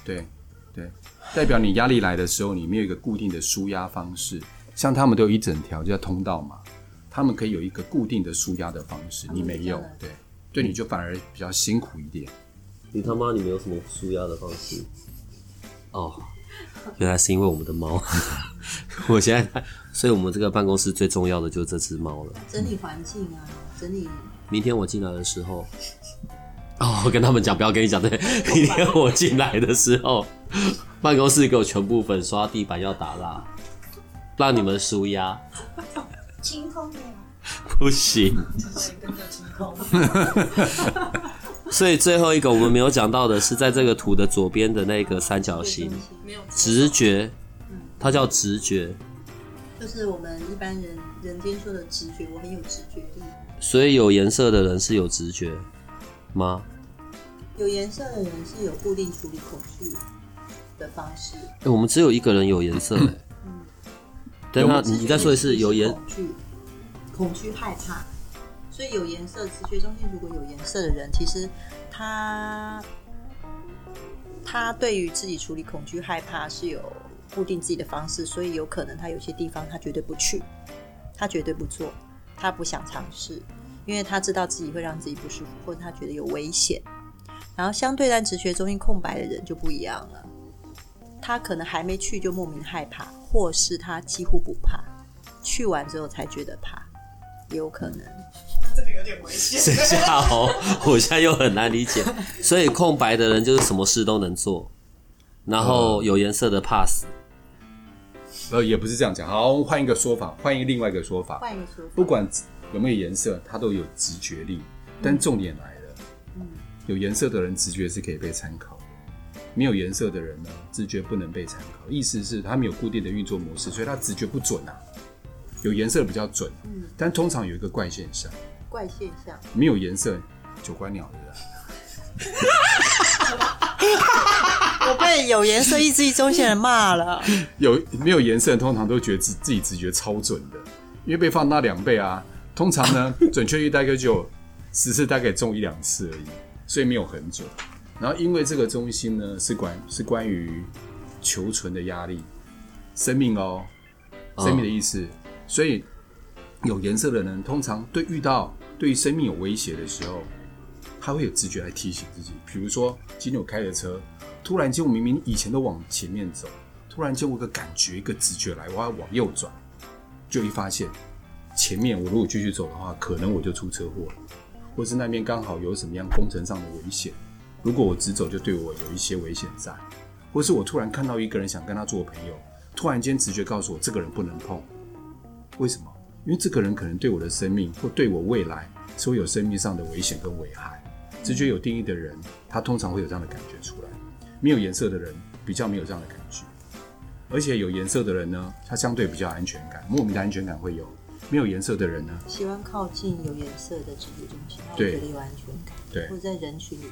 C: 对，对，代表你压力来的时候，你没有一个固定的舒压方式。像他们都有一整条叫通道嘛，他们可以有一个固定的舒压的方式，你没有，对，对，你就反而比较辛苦一点。
B: 你他妈你没有什么舒压的方式？哦，原来是因为我们的猫。 我现在，所以我们这个办公室最重要的就是这只猫了。
A: 整理环境啊，整理
B: 明天我进来的时候，哦，我跟他们讲，不要跟你讲对。 明天我进来的时候，办公室给我全部粉刷，地板要打蜡，让你们舒压。
E: 清空没有？
B: 不行。 所以最后一个我们没有讲到的是，在这个图的左边的那个三角形，
D: 没有
B: 直觉，它叫直觉。
A: 就是我们一般人人间说的直觉，我很有直觉力。
B: 所以有颜色的人是有直觉吗？
A: 有颜色的人是有固定处理恐惧的方式，
B: 诶我们只有一个人有颜色、欸。对，那
A: 直觉
B: 你再说一次，
A: 是
B: 有颜
A: 恐惧，恐惧害怕，所以有颜色直觉中心如果有颜色的人，其实他他对于自己处理恐惧害怕是有固定自己的方式，所以有可能他有些地方他绝对不去，他绝对不做，他不想尝试，因为他知道自己会让自己不舒服，或者他觉得有危险。然后相对在直觉中心空白的人就不一样了。他可能还没去就莫名害怕，或是他几乎不怕，去完之后才觉得怕，也有可能。
D: 这个有点危险。
B: 等一下哦， 我现在又很难理解。所以空白的人就是什么事都能做，然后有颜色的 pass。
C: 呃，也不是这样讲，好，换一个说法，换一个另外一个说法。
A: 换一个说法，
C: 不管有没有颜色，它都有直觉力。但重点来了，有颜色的人直觉是可以被参考的，没有颜色的人呢，直觉不能被参考。意思是他们有固定的运作模式，所以他直觉不准啊。有颜色比较准，但通常有一个怪现象，
A: 怪现象，
C: 啊没有颜色，九官鸟的人。
A: 我被有颜色意志力中线人骂了。
C: 有没有颜色，通常都觉得自自己直觉超准的，因为被放大两倍啊。通常呢， 准确率大概就十次大概中一两次而已，所以没有很准。然后因为这个中心呢，是关是关于求存的压力，生命哦，生命的意思。所以有颜色的人，通常对遇到对于生命有威胁的时候，他会有直觉来提醒自己。比如说，今天我开着车，突然间我明明以前都往前面走，突然间我有个感觉，一个直觉来，我要往右转，就一发现前面我如果继续走的话，可能我就出车祸了，或是那边刚好有什么样工程上的危险，如果我直走就对我有一些危险在，或是我突然看到一个人想跟他做朋友，突然间直觉告诉我这个人不能碰，为什么？因为这个人可能对我的生命或对我未来是会有生命上的危险跟危害。直觉有定义的人，他通常会有这样的感觉出来；没有颜色的人比较没有这样的感觉。而且有颜色的人呢，他相对比较有安全感，莫名的安全感会有；没有颜色的人呢，
A: 喜欢靠近有颜色的直觉中心，让我
C: 对
A: 觉得有安全感，
C: 对
A: 或者在人群里。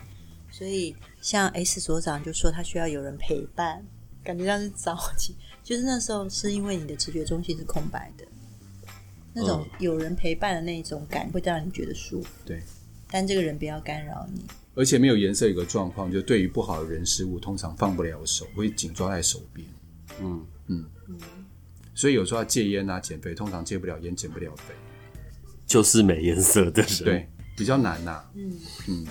A: 所以像 S 所长就说他需要有人陪伴，感觉像是早期， 就是那时候是因为你的直觉中心是空白的，那种有人陪伴的那种感会让你觉得舒服，
C: 嗯对。
A: 但这个人不要干扰你。
C: 而且没有颜色有个状况，就对于不好的人事物，通常放不了手，会紧抓在手边。
B: 嗯
C: 嗯所以有时候要戒烟啊、减肥，通常戒不了烟，减不了肥，
B: 就是没颜色的人，
C: 对，比较难呐、
A: 嗯，
C: 嗯，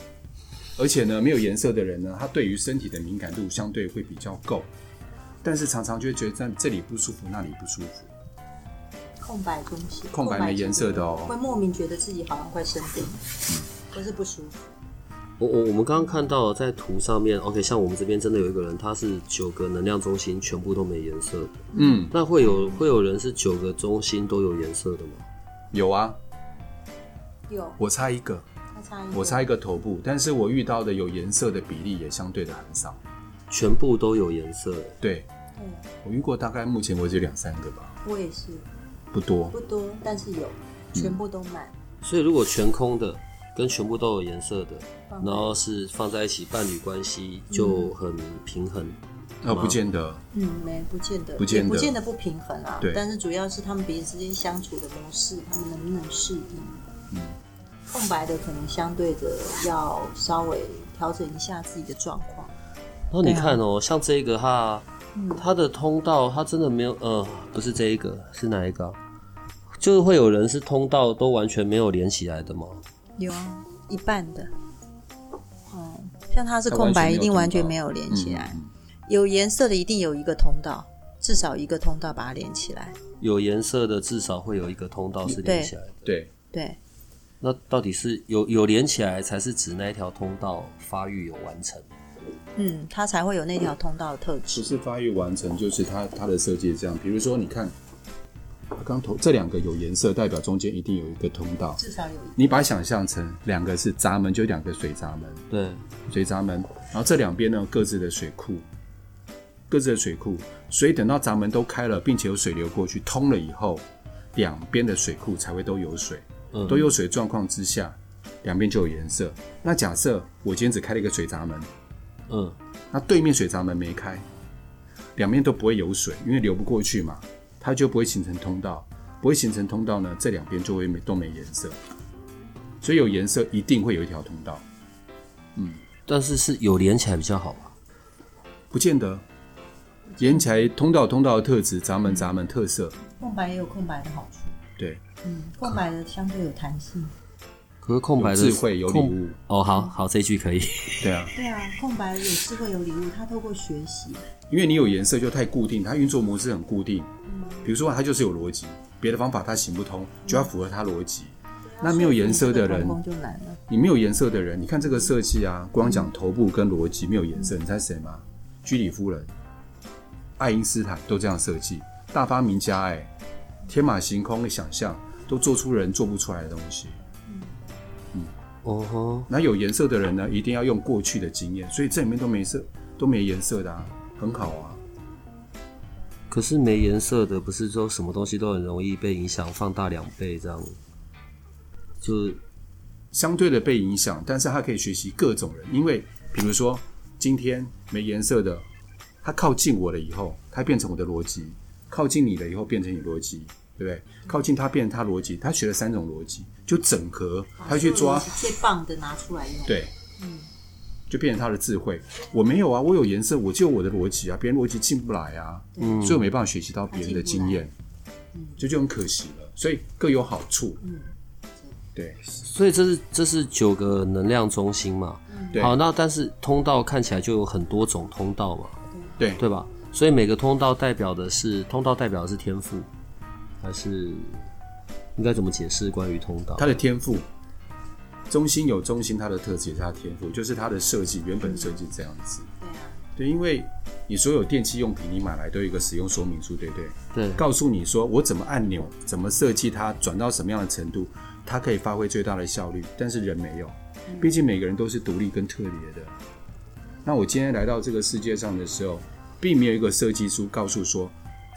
C: 而且呢，没有颜色的人呢，他对于身体的敏感度相对会比较够，但是常常就会觉得在这里不舒服，那里不舒服。
A: 空白中心，
C: 空白没颜色的哦嗯
A: 会莫名觉得自己好像快生病，或是不舒服。
B: 我我我们刚刚看到在图上面，OK，像我们这边真的有一个人，他是九个能量中心全部都没颜色，
C: 嗯，
B: 那会有会有人是九个中心都有颜色的吗？
C: 有啊，
A: 有，
C: 我猜一个，
A: 他差一
C: 我猜一个头部，但是我遇到的有颜色的比例也相对的很少。
B: 全部都有颜色，
A: 对，
C: 对我遇过大概目前为止两三个吧，
A: 我也是
C: 不多。
A: 不多，但是有，
C: 嗯
A: 全部都满。
B: 所以如果全空的跟全部都有颜色的，
A: 放在
B: 然后是放在一起，伴侣关系就很平衡。
C: 呃，不见得，
A: 嗯，没不见得，
C: 不见得
A: 也不见得不平衡啊。
C: 对
A: 但是主要是他们彼此之间相处的模式，他们能不能适应？
C: 嗯，
A: 空白的可能相对的要稍微调整一下自己的状况。
B: 然后你看哦，像这个哈，它的通道它真的没有，呃，不是这一个，是哪一个啊、就是会有人是通道都完全没有连起来的吗？
C: 嗯
A: 有啊，一半的。哦，像它是
C: 它
A: 空白，
C: 完全没有
A: 一定完
C: 通道
A: 全没有连起来。
C: 嗯嗯
A: 有颜色的一定有一个通道，至少一个通道把它连起来。
B: 有颜色的至少会有一个通道是连起来的。
C: 对，
A: 对，
B: 那到底是有有连起来，才是指那一条通道发育有完成？
A: 嗯，它才会有那条通道的特
C: 不
A: 质。
C: 是发育完成，就是它它的设计是这样。比如说，你看，刚头这两个有颜色，代表中间一定有一个通道。
A: 至少有一
C: 你把它想象成两个是闸门，就两个水闸门，
B: 对，
C: 水闸门，然后这两边呢各自的水库，各自的水库，所以等到闸门都开了，并且有水流过去通了以后，两边的水库才会都有水，
B: 嗯
C: 都有水状况之下，两边就有颜色。那假设我今天只开了一个水闸门，
B: 嗯，
C: 那对面水闸门没开，两面都不会有水，因为流不过去嘛，它就不会形成通道，不会形成通道呢，这两边就会没都没颜色，所以有颜色一定会有一条通道，
B: 但是是有连起来比较好啊吧？
C: 不见得。沿起来通道有通道的特质，闸门闸门特色，
A: 空白也有空白的好处。
C: 对，
A: 嗯，空白的相对有弹性。
B: 可是空白的
C: 有智慧有礼
B: 空
C: 物
B: 哦，好好，这句可以。
C: 对啊，
A: 对啊，空白有智慧有礼物，他透过学习，
C: 因为你有颜色就太固定，它运作模式很固定，比如说它就是有逻辑，别的方法它行不通，就要符合它逻辑。那没有颜色的人
A: 成，功就难了。
C: 你没有颜色的人，你看这个设计啊，光讲头部跟逻辑没有颜色，你猜谁吗？居里夫人、爱因斯坦都这样设计，大发明家哎、天马行空的想象都做出人做不出来的东西。
B: 哦吼，
C: 那有颜色的人呢，一定要用过去的经验，所以这里面都没色，都没颜色的啊，很好啊。
B: 可是没颜色的，不是说什么东西都很容易被影响，放大两倍这样，就
C: 相对的被影响，但是他可以学习各种人，因为比如说今天没颜色的，它靠近我了以后，它变成我的逻辑；靠近你了以后，变成你逻辑，对不对？靠近它变成它逻辑，它学了三种逻辑，就整合，它去抓，
A: 最棒的拿出来用。，
C: 对，就变成他的智慧。我没有啊，我有颜色，我就有我的逻辑啊，别人逻辑进不来啊，
B: 嗯
C: 所以我没办法学习到别人的经验，这就很可惜了。所以各有好处，
A: 嗯
C: 对
B: 所以这是这是九个能量中心嘛？
C: 对
B: 好，那但是通道看起来就有很多种通道嘛，
C: 对
B: 对吧？所以每个通道代表的是通道代表的是天赋，还是应该怎么解释关于通道
C: 他？的天赋。中心有中心，他的特质也是他的天赋，就是他的设计原本设计这样子。
A: 对啊，
C: 对，因为你所有电器用品你买来都有一个使用说明书，对不对？
B: 对，
C: 告诉你说我怎么按钮，怎么设计它，转到什么样的程度，它可以发挥最大的效率。但是人没有，毕竟每个人都是独立跟特别的。那我今天来到这个世界上的时候，并没有一个设计书告诉说，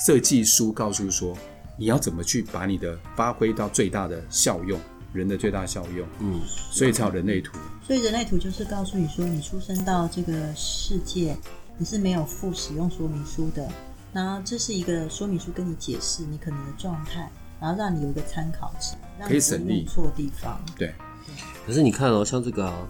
C: 设计书告诉说你要怎么去把你的发挥到最大的效用，人的最大效用。嗯，所以才有人类图。
A: 所以人类图就是告诉你说，你出生到这个世界，你是没有附使用说明书的。然后这是一个说明书，跟你解释你可能的状态，然后让你有一个参考值，让
C: 可以
A: 你
C: 省
A: 不会
C: 力
A: 用错地方。
C: 对，
B: 可是你看哦，像这个啊，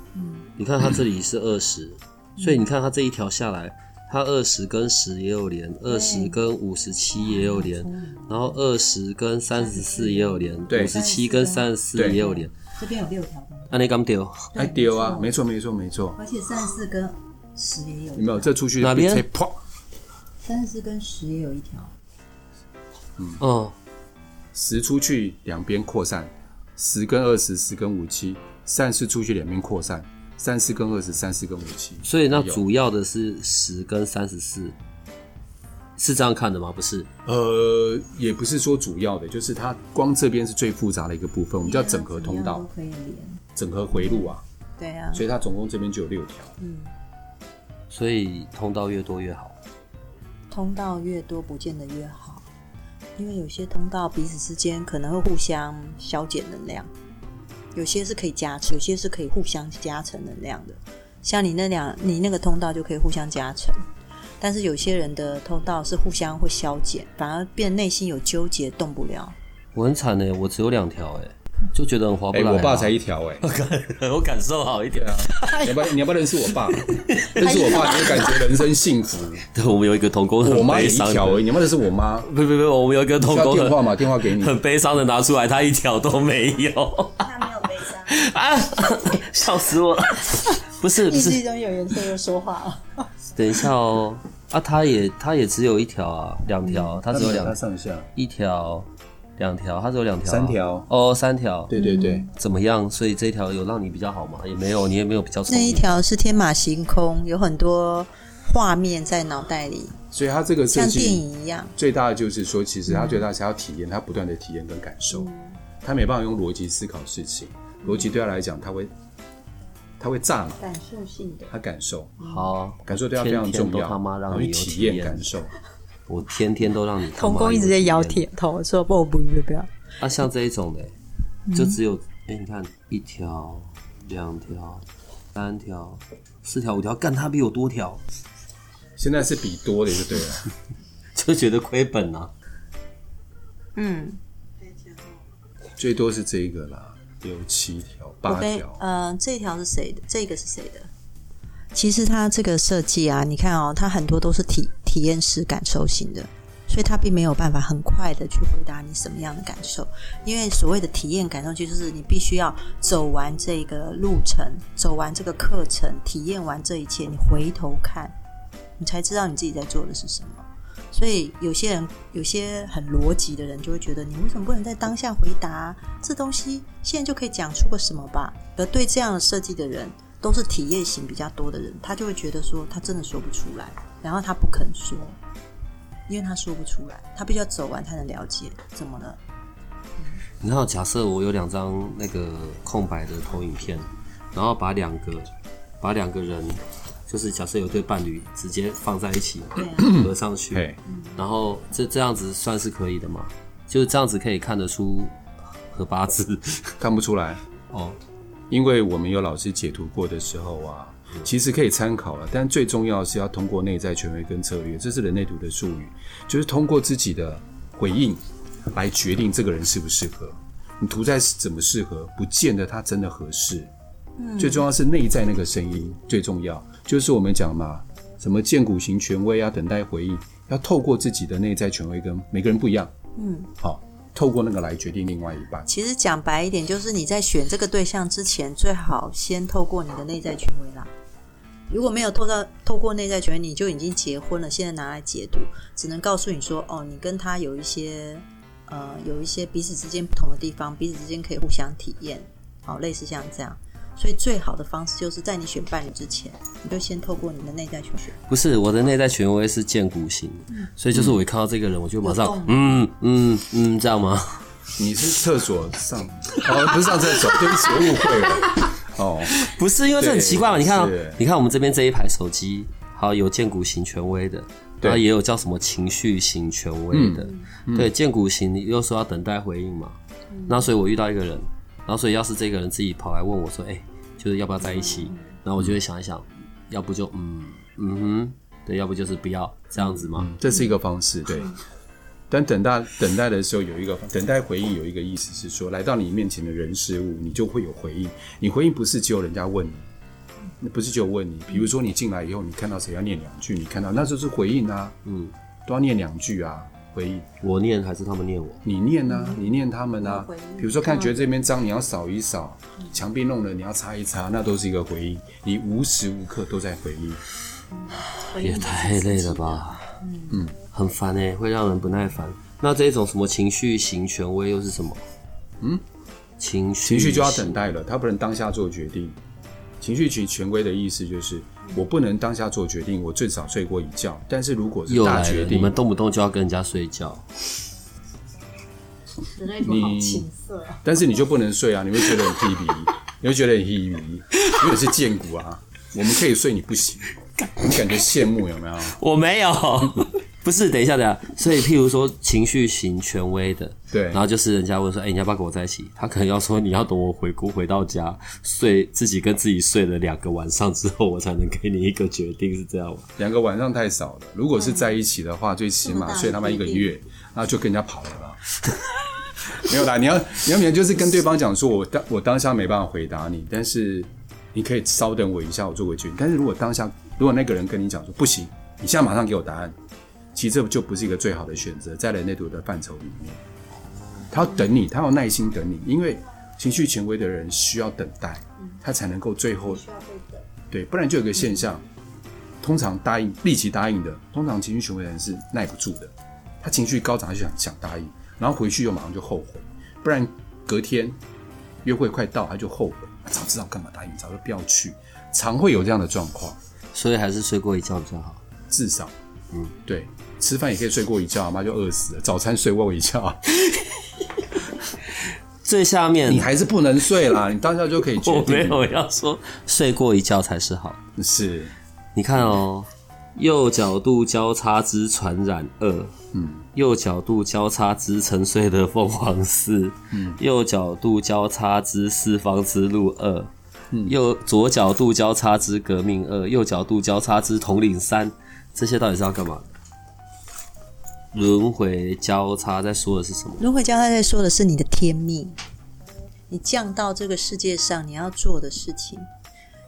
B: 你看它这里是二十，所以你看它这一条下来，它二十跟十也有连，二十跟五十七也有连，然后二十跟啊三十四也有连，
C: 对
B: 五十七跟三十四
C: 对
B: 也有连。
A: 这边有六条东西，
B: 安内刚丢
C: 哎，丢啊，没
A: 错。
C: 错，没错，没错。
A: 而且三十四跟十也有
C: 有没有？这出去
B: 哪边
C: 被啪
A: 三十四跟十也有一条，
B: 哦，
C: 十出去两边扩散，十跟二十，十跟五七，三四出去两边扩散，三四跟二十，三四跟五七。
B: 所以那主要的是十跟三十四，是这样看的吗？不是，
C: 呃，也不是说主要的，就是它光这边是最复杂的一个部分，我
A: 我
C: 们叫整合通道
A: 都、可以连。
C: 整合回路啊，
A: 对啊，嗯
C: 所以它总共这边就有六条。
B: 所以通道越多越好。
A: 通道越多，不见得越好，因为有些通道彼此之间可能会互相消减能量，有些是可以加持，有些是可以互相加成能量的。像你那两，你那个通道就可以互相加成，但是有些人的通道是互相会消减，反而变内心有纠结，动不了。
B: 我很惨呢、欸我只有两条哎，就觉得很划不
C: 哎、
B: 来、啊
C: 我爸才一 条哎、
B: 我感受好一点
C: 对。啊，你要不要你要不要认识我 爸？认识我爸，你会感觉人生幸 福。
B: 对，我们有一个童工很
C: 我妈也
B: 悲
C: 一
B: 伤的
C: 条而已，你要不要认识我妈？
B: 不不不，我们有一个童
C: 需要
B: 工
C: 电话
B: 很
C: 嘛？电话给你。
B: 很悲伤的拿出来，他一条都没有
E: 他没有悲伤，
B: 啊，笑死我了！不是不是，
A: 中有颜色又说话啊，
B: 等一下哦，啊，他也他也只有一条啊，两条，他只有两
C: 嗯他上下。
B: 一条，两条，他只有两条啊，
C: 三条
B: 哦，三条，
C: 对对
A: 嗯
C: 对，
B: 怎么样？所以这一条有让你比较好吗？也没有，你也没有比较聪
A: 那一
B: 明。
A: 条是天马行空，有很多画面在脑袋里，
C: 所以它这个设
A: 像
C: 计
A: 电影一样。
C: 最大的就是说，其实他最大是要体验，他不断的体验跟感受，
B: 嗯
C: 他没办法用逻辑思考事情，逻辑对他来讲，他会他会炸嘛，
A: 感受性的，
C: 他感受，
B: 好啊，
C: 感受对他非常
B: 天
C: 重
B: 天
C: 要，
B: 都他妈让
C: 然后
B: 你
C: 去
B: 有
C: 体
B: 体验
C: 验感受，
B: 我天天都让你他妈
A: 童工一直在
B: 有
A: 摇
B: 体验
A: 铁头说不不不不要，
B: 啊，像这一种的，就只有哎、你看一条、两条、三条、四条、五条，干他比我多条，
C: 现在是比多的就对了，
B: 就觉得亏本啊。
A: 嗯，
C: 最多是这一个啦，有七条、
A: 我
C: 八
A: 跟
C: 条，
A: 呃这条是谁的？这个是谁的？其实它这个设计啊，你看哦，它很多都是体体验式感受型的，所以它并没有办法很快的去回答你什么样的感受，因为所谓的体验感受就是你必须要走完这个路程，走完这个课程，体验完这一切，你回头看，你才知道你自己在做的是什么。所以有些人，有些很逻辑的人就会觉得，你为什么不能在当下回答这东西？现在就可以讲出个什么吧？而对这样的设计的人，都是体验型比较多的人，他就会觉得说他真的说不出来，然后他不肯说，因为他说不出来，他必须要走完才能了解怎么了。
B: 你看，假设我有两张那个空白的投影片，然后把两个把两个人，就是假设有对伴侣，直接放在一起
A: 对啊，
B: 合上去
C: 嘿，，
B: 然后这这样子算是可以的嘛？就是这样子可以看得出合八字
C: 看不出来，
B: 哦。
C: 因为我们有老师解读过的时候啊，其实可以参考了，但最重要的是要通过内在权威跟策略，这是人类图的术语，就是通过自己的回应来决定这个人适不适合。你涂在怎么适合，不见得他真的合适。最重要是内在那个声音最重要，就是我们讲嘛，什么见骨型权威啊，等待回应，要透过自己的内在权威跟每个人不一样，嗯，好，透过那个来决定另外一半。
A: 其实讲白一点，就是你在选这个对象之前，最好先透过你的内在权威啦。如果没有透到透过内在权威，你就已经结婚了，现在拿来解读，只能告诉你说，哦，你跟他有一些呃有一些彼此之间不同的地方，彼此之间可以互相体验，好、类似像这样。所以最好的方式就是在你选伴侣之前，你就先透过你的内在权威。
B: 不是我的内在权威是见骨型，所以就是我一看到这个人，我就马
A: 有
B: 上
A: 动
B: 嗯嗯嗯，这样吗？
C: 你是厕所上， 哦，不是上厕所， 对不起，我误会了。哦，
B: 不是，因为这很奇怪嘛。
C: 对
B: 你看、哦
C: 是，
B: 你看我们这边这一排手机，好有荐股型权威的，
C: 对嗯
B: 然后也有叫什么情绪型权威的。对，荐股型你又说要等待回应嘛，
A: 嗯
B: 那所以我遇到一个人，然后所以要是这个人自己跑来问我说，哎、就是要不要在一
A: 嗯
B: 起？然后我就会想一想，要不就嗯嗯哼，对，要不就是不要这样子嘛。
C: 这是一个方式，对。但等待等待的时候，有一个等待回应，有一个意思是说，来到你面前的人事物，你就会有回应。你回应不是只有人家问你，那不是只有问你。比如说你进来以后，你看到谁要念两句，你看到那就是回应啊，
B: 嗯，
C: 都要念两句啊，回应。
B: 我念还是他们念我？
C: 你念啊，你念他们啊
A: 回应。
C: 比如说看觉得这边脏，你要扫一扫；墙壁弄了，你要擦一擦，那都是一个回应。你无时无刻都在回应。
B: 也太累了吧？嗯，很烦哎、会让人不耐烦。那这种什么情绪型权威又是什么？嗯，情绪
C: 情绪就要
B: 型
C: 等待了，他不能当下做决定。情绪权权威的意思就是，我不能当下做决定，我最少睡过一觉。但是如果是
B: 又
C: 大
B: 来
C: 决
B: 了，你
C: 定，
B: 们动不动就要跟人家睡觉，
D: 人类图好青涩啊，
C: 但是你就不能睡啊，你会觉得很 屁鼻，你会觉得很屁鼻，因为你是贱骨啊。我们可以睡，你不行，你感觉羡慕有没有？
B: 我没有。 不是，等一下，等一下。所以，譬如说情绪型权威的，
C: 对
B: 然后就是人家问说：“哎、你要不要跟我在一起？”他可能要说：“你要等我回国回到家睡，自己跟自己睡了两个晚上之后，我才能给你一个决定，是这样吗？”
C: 两个晚上太少了。如果是在一起的
D: 嗯
C: 话，最起码睡他妈一个月，那就跟人家跑了啦。没有啦，你要你要明就是跟对方讲说，我当我当下没办法回答你，但是你可以稍等我一下，我做个决定。但是如果当下如果那个人跟你讲说不行，你现在马上给我答案，其实这就不是一个最好的选择，在人类图的范畴里面，
D: 嗯
C: 他要等你，他要耐心等你，因为情绪权威的人需要等待，他才能够最后
D: 嗯需要被等。
C: 对，不然就有个现象，通常答应立即答应的，通常情绪权威的人是耐不住的，他情绪高涨他就想想答应，然后回去又马上就后悔，啊不然隔天约会快到他就后悔，啊早知道干嘛答应，早就不要去，常会有这样的状况，
B: 所以还是睡过一觉比较好。
C: 至少，嗯，对，吃饭也可以睡过一觉，啊妈就饿死了，早餐睡过一觉，啊
B: 最下面
C: 你还是不能睡啦，你当下就可以决
B: 我
C: 定，
B: 没有要说睡过一觉才是好。
C: 是，
B: 你看哦，右角度交叉之传染二，嗯，右角度交叉之沉睡的凤凰四，嗯，右角度交叉之四方之路二，嗯，右左角度交叉之革命二，右角度交叉之统领三，这些到底是要干嘛？轮回交叉在说的是什么？
A: 轮回教他在说的是你的天命，你降到这个世界上你要做的事情，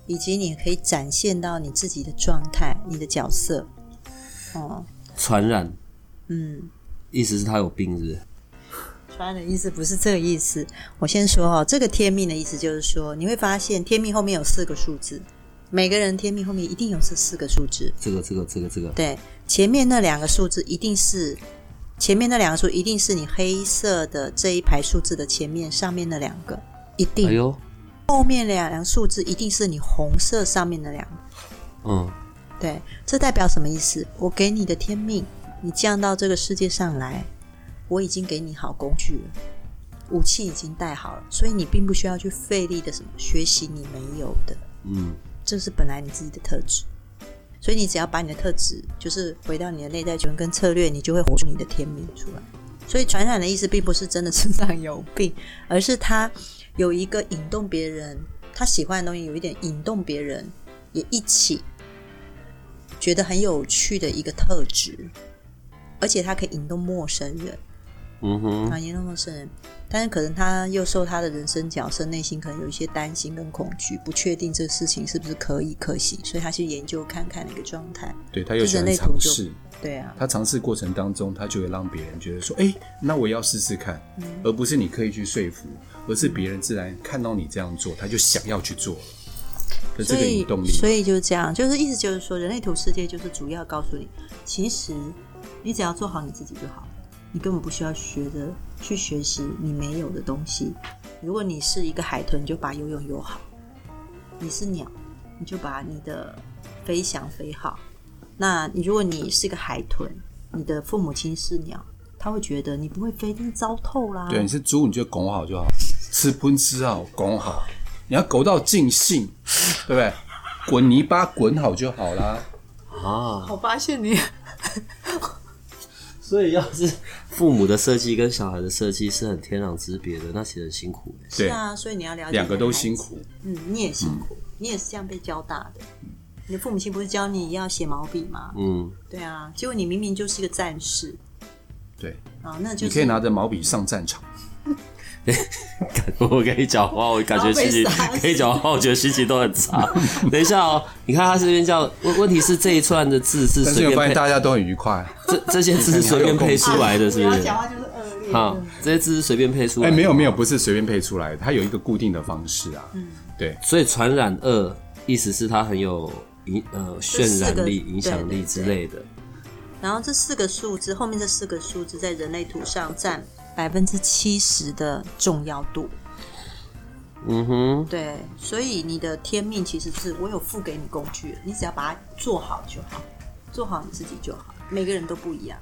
A: 以及你可以展现到你自己的状态、你的角色。哦，
B: 传染，
A: 嗯，
B: 意思是他有病是不是？
A: 传染的意思不是这个意思。我先说哈、哦，这个天命的意思就是说，你会发现天命后面有四个数字，每个人天命后面一定有这四个数字。
B: 这个这个这个这个，
A: 对，前面那两个数字一定是前面那两个数一定是你黑色的这一排数字的前面上面那两个，一定。
B: 哎呦，
A: 后面两两数字一定是你红色上面的两个。
B: 嗯，
A: 对，这代表什么意思？我给你的天命，你降到这个世界上来，我已经给你好工具了，武器已经带好了，所以你并不需要去费力的什么学习你没有的。
B: 嗯，
A: 这是本来你自己的特质，所以你只要把你的特质，就是回到你的内在权跟策略，你就会活出你的天命出来。所以传染的意思并不是真的身上有病，而是他有一个引动别人，他喜欢的东西有一点引动别人，也一起觉得很有趣的一个特质，而且它可以引动陌生人。
B: 嗯哼，
A: 啊，严重陌生人，但是可能他又受他的人生角色内心可能有一些担心跟恐惧，不确定这事情是不是可以可行，所以他去研究看看那个状态。
C: 对他又喜
A: 人
C: 欢
A: 类
C: 尝
A: 图就
C: 试，
A: 对啊，
C: 他尝试过程当中，他就会让别人觉得说，哎、那我也要试试看，
A: 嗯
C: 而不是你刻意去说服，而是别人自然看到你这样做，他就想要去做了。可是
A: 所
C: 这个
A: 以
C: 引动力，
A: 所以就是这样，就是意思就是说，人类图世界就是主要告诉你，其实你只要做好你自己就好，你根本不需要学着去学习你没有的东西。如果你是一个海豚，你就把游泳游好；你是鸟，你就把你的飞翔飞好。那你如果你是一个海豚，你的父母亲是鸟，他会觉得你不会飞，真是糟透啦。
C: 对，你是猪，你就拱好就好，吃喷吃好，拱好，你要狗到尽兴，对不对？滚泥巴滚好就好啦。
B: 啊，
A: 我发现你
B: 所以要是父母的设计跟小孩的设计是很天壤之别的，那其实很辛苦哎、
A: 是
C: 对，
A: 啊，所以你要了解
C: 两个都
A: 你的孩子
C: 辛苦。
A: 嗯，你也辛苦，你也是这样被教大的。你的父母亲不是教你要写毛笔吗？
B: 嗯，
A: 对啊，结果你明明就是一个战士
C: 对，
A: 啊，那就是
C: 你可以拿着毛笔上战场。
B: 我跟你讲话，我感觉心情
A: 然后被杀死
B: 跟你讲话，我觉得心情都很差。 等一下
A: 啊
B: 哦，你看他这边叫问，问题是这一串的字是
C: 但是
B: 随
C: 我发
B: 便
C: 现
B: 配，
C: 大家都很 愉快。啊
B: 这这些字是随便配出来的，是不
E: 不要
B: 是？
E: 讲话就是恶劣
B: 好，这些字是随便配出来
A: 啊
C: 哎，
B: 的。
C: 没有没有，不是随便配出来的，它有一个固定的方式啊。嗯，对，
B: 所以传染二意思是它很有影呃渲染力、
A: 这四个
B: 影响力之类的。
A: 然后这四个数字后面这四个数字在人类图上占百分之七十的重要度。
B: 嗯哼，
A: 对，所以你的天命其实是我有付给你工具了，你只要把它做好就好，做好你自己就好。每个人都不一样，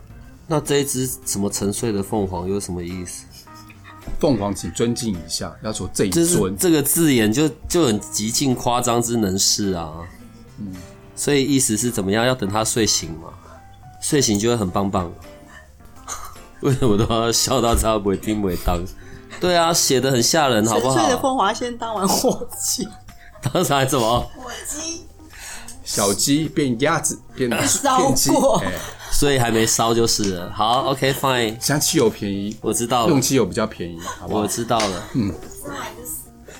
B: 那这一只什么沉睡的凤凰有什么意思？
C: 凤凰请尊敬一下，要说这一
B: 就是
C: 尊，
B: 这个字眼就就很极尽夸张之能事啊。嗯，所以意思是怎么样？要等他睡醒嘛，睡醒就会很棒棒。 为什么都要笑到他不会听不会当？对啊，写的很吓人，好不
A: 沉睡的
B: 好？
A: 风华先当完火鸡，
B: 当然怎么？
E: 火鸡
C: 小鸡变鸭子变
A: 烧
C: 变鸡，
A: 过
C: 哎，
B: 所以还没烧就是了。好，OK，fine，、
C: 像汽油便宜，
B: 我知道了
C: 用，汽油比较便宜，好不好
B: 我？知道了。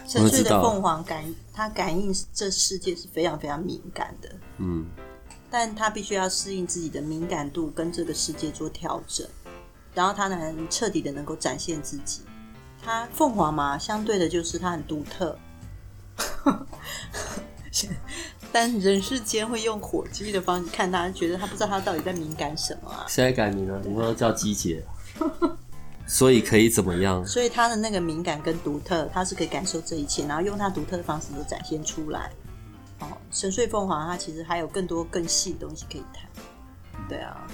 A: 沉睡
B: 知道
A: 的凤凰感，它感应这世界是非常非常敏感的，嗯，但它必须要适应自己的敏感度跟这个世界做调整，然后它能彻底的能够展现自己。它凤凰嘛，相对的就是它很独特， 但人世间会用火鸡的方式看它，觉得他不知道他到底在敏感什么啊，
B: 现在改名了，以后叫鸡 姐。所以可以怎么样？
A: 所以他的那个敏感跟独特，他是可以感受这一切，然后用他独特的方式都展现出来。哦，神睡凤凰它其实还有更多更细的东西可以谈，对啊，
B: 啊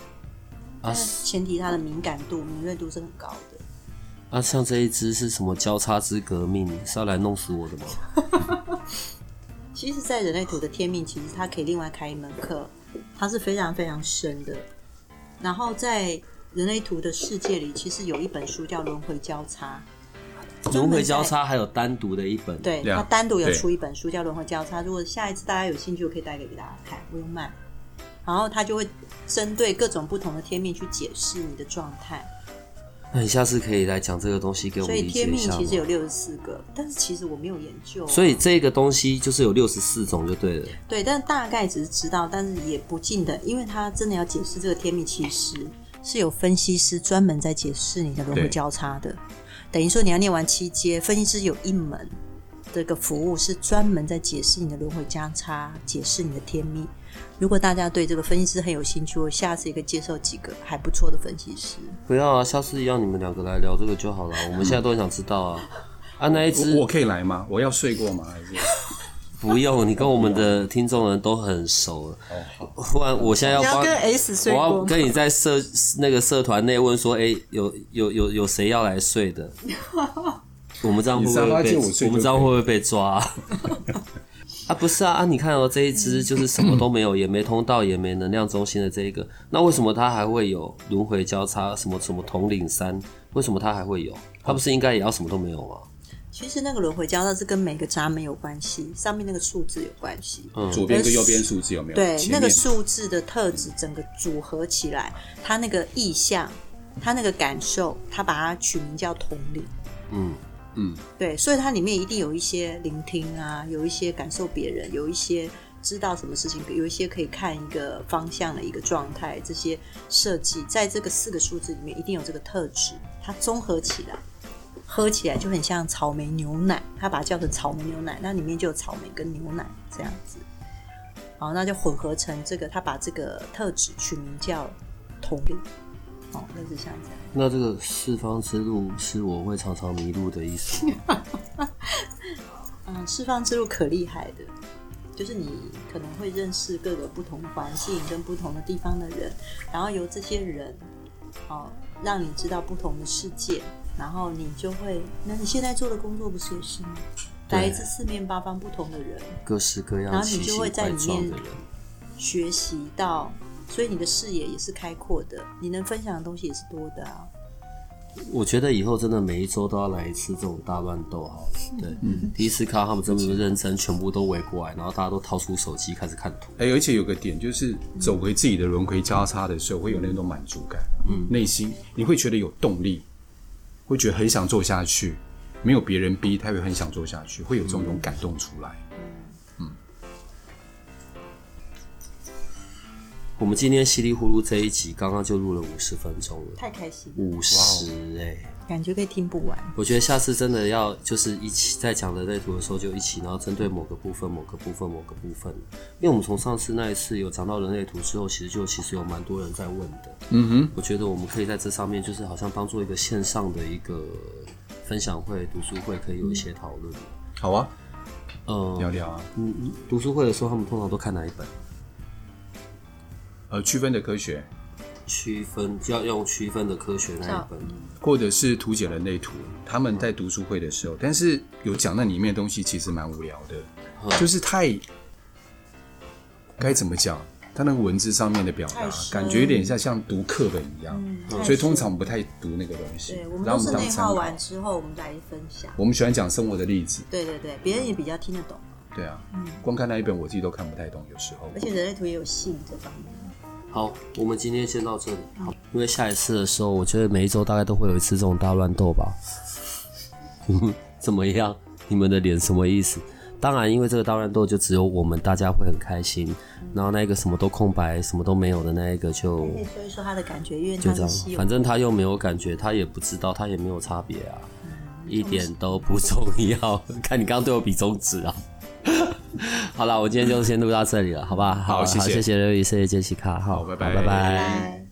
A: 但是前提它的敏感度、敏锐度是很高的。
B: 啊，像这一只是什么交叉之革命？是要来弄死我的吗？
A: 其实，在人类图的天命，其实它可以另外开一门课，它是非常非常深的。然后在人类图的世界里，其实有一本书叫《轮回交叉》，
B: 轮回交叉还有单独的一本，，
A: 对，
C: Yeah，
A: 他单独有
C: 对
A: 出一本书叫《轮回交叉》，如果下一次大家有兴趣，我可以带给大家看，不用卖。然后他就会针对各种不同的天命去解释你的状态，
B: 那你下次可以来讲这个东西给我
A: 所
B: 们
A: 以
B: 理解
A: 天
B: 一
A: 命
B: 下吗
A: 其？实有六十四个，但是其实我没有研究啊、
B: 所以这个东西就是有六十四种就对了。
A: 对，但大概只是知道，但是也不尽的，因为他真的要解释这个天命，其实是有分析师专门在解释你的轮回
C: 对
A: 交叉的。等于说你要念完七阶，分析师有一门这个服务是专门在解释你的轮回交叉，解释你的天命。如果大家对这个分析师很有兴趣，我下次也可以介绍几个还不错的分析师。
B: 不要啊，下次要你们两个来聊这个就好了。我们现在都很想知道啊。啊，那一只
C: 我我可以来吗？我要睡过吗？还是
B: 不用，你跟我们的 听众人都很熟了。
C: 哦好，
B: 不然我现在要
D: 你要
B: 帮
D: 跟 S 睡
B: 我
D: 过
B: 要
D: 吗？
B: 跟你在社那个社团内问说，哎、有有有有谁要来睡 的？我们这样会不
C: 你
B: 会
C: 沙发
B: 被
C: 借我睡就可以
B: 我们这样会不会被抓 啊？啊不是啊啊！你看哦，这一 只就是什么都没有，也没通道，也没能量中心的这一个，那为什么它还会有轮回交叉？什么什么统领三？为什么它还会有？它不是应该也要什么都没有吗？
A: 其实那个轮回胶带是跟每个闸门有关系，上面那个数字有关系。
B: 嗯，
C: 左边跟右边数字有没有？
A: 对，
C: 前
A: 那个
C: 面
A: 数字的特质整个组合起来，它那个意象，它那个感受，它把它取名叫统领。
B: 嗯，
C: 嗯，
A: 对，所以它里面一定有一些聆听啊，有一些感受别人，有一些知道什么事情，有一些可以看一个方向的一个状态，这些设计在这个四个数字里面一定有这个特质，它综合起来。喝起来就很像草莓牛奶，它把它叫成草莓牛奶，那里面就有草莓跟牛奶这样子。好，那就混合成这个，它把这个特质取名叫统领。哦，类似像这样。
B: 那这个四方之路是我会常常迷路的意思。
A: 嗯，释放之路可厉害的，就是你可能会认识各个不同的环境跟不同的地方的人，然后由这些人，哦，让你知道不同的世界，然后你就会，那你现在做的工作不是也是吗？
B: 对
A: 来自四面八方不同的人，
B: 各式各
A: 然
B: 样
A: 后你
B: 奇
A: 就
B: 形
A: 会在
B: 怪
A: 里
B: 状
A: 面
B: 的人。
A: 学习到，所以你的视野也是开阔的，你能分享的东西也是多的啊。
B: 我觉得以后真的每一周都要来一次这种大乱斗好了。对，第一次看到他们这么认真，全部都围过来，然后大家都掏出手机开始看图。
C: 哎，而且有个点就是走回自己的轮回交叉的时候，会有那种满足感，嗯，内心你会觉得有动力，会觉得很想做下去，没有别人逼，他会很想做下去，会有这种种感动出来。
B: 我们今天稀里呼噜这一集刚刚就录了五十分钟了，
A: 太开心了，
B: 五十哎，
A: 感觉可以听不完。
B: 我觉得下次真的要就是一起在讲人类图的时候就一起，然后针对某个部分、某个部分、某个部分，因为我们从上次那一次有讲到人类图之后，其实就其实有蛮多人在问的。
C: 嗯哼，
B: 我觉得我们可以在这上面，就是好像当做一个线上的一个分享会、读书会，可以有一些讨论。
C: 好啊，
B: 嗯，
C: 聊聊啊，
B: 嗯，嗯读书会的时候，他们通常都看哪一本？
C: 呃，区分的科学，
B: 区分要用区分的科学那一本。
C: 或者是图解人类图，他们在读书会的时候，但是有讲那里面的东西，其实蛮无聊的，就是太该怎么讲，他那个文字上面的表达
A: 太，深嗯
C: 感觉有点像像读课本一样，
A: 太
C: 所
A: 深
C: 以通常不太读那个东西
A: 对，我，们
C: 然
A: 都
C: 后
A: 是
C: 当
A: 内
C: 参
A: 化
C: 考。
A: 完之后，我们来分享。
C: 我们喜欢讲生活的例子，
A: 对对对，别人也比较听得懂。
C: 对啊，
A: 嗯
C: 光看那一本我自己都看不太懂，有时候
A: 而且人类图也有性这方面。
B: 好，我们今天先到这里。好，因为下一次的时候，我觉得每一周大概都会有一次这种大乱斗吧。 怎么样？你们的脸什么意思？当然，因为这个大乱斗就只有我们大家会很开心，然后那个什么都空白、什么都没有的那一个就
A: 可以说一说他的感觉，因为
B: 就
A: 他
B: 这
A: 是
B: 样
A: 稀，有
B: 反正他又没有感觉，他也不知道，他也没有差别啊，
A: 嗯
B: 一点都不重要。 看你刚刚对我比中指啊！ 好了，我今天就先录到这里了，好吧？
C: 好谢谢
B: 谢谢刘宇，谢谢杰西卡，好，
C: 好拜拜
B: 拜拜。
A: 哎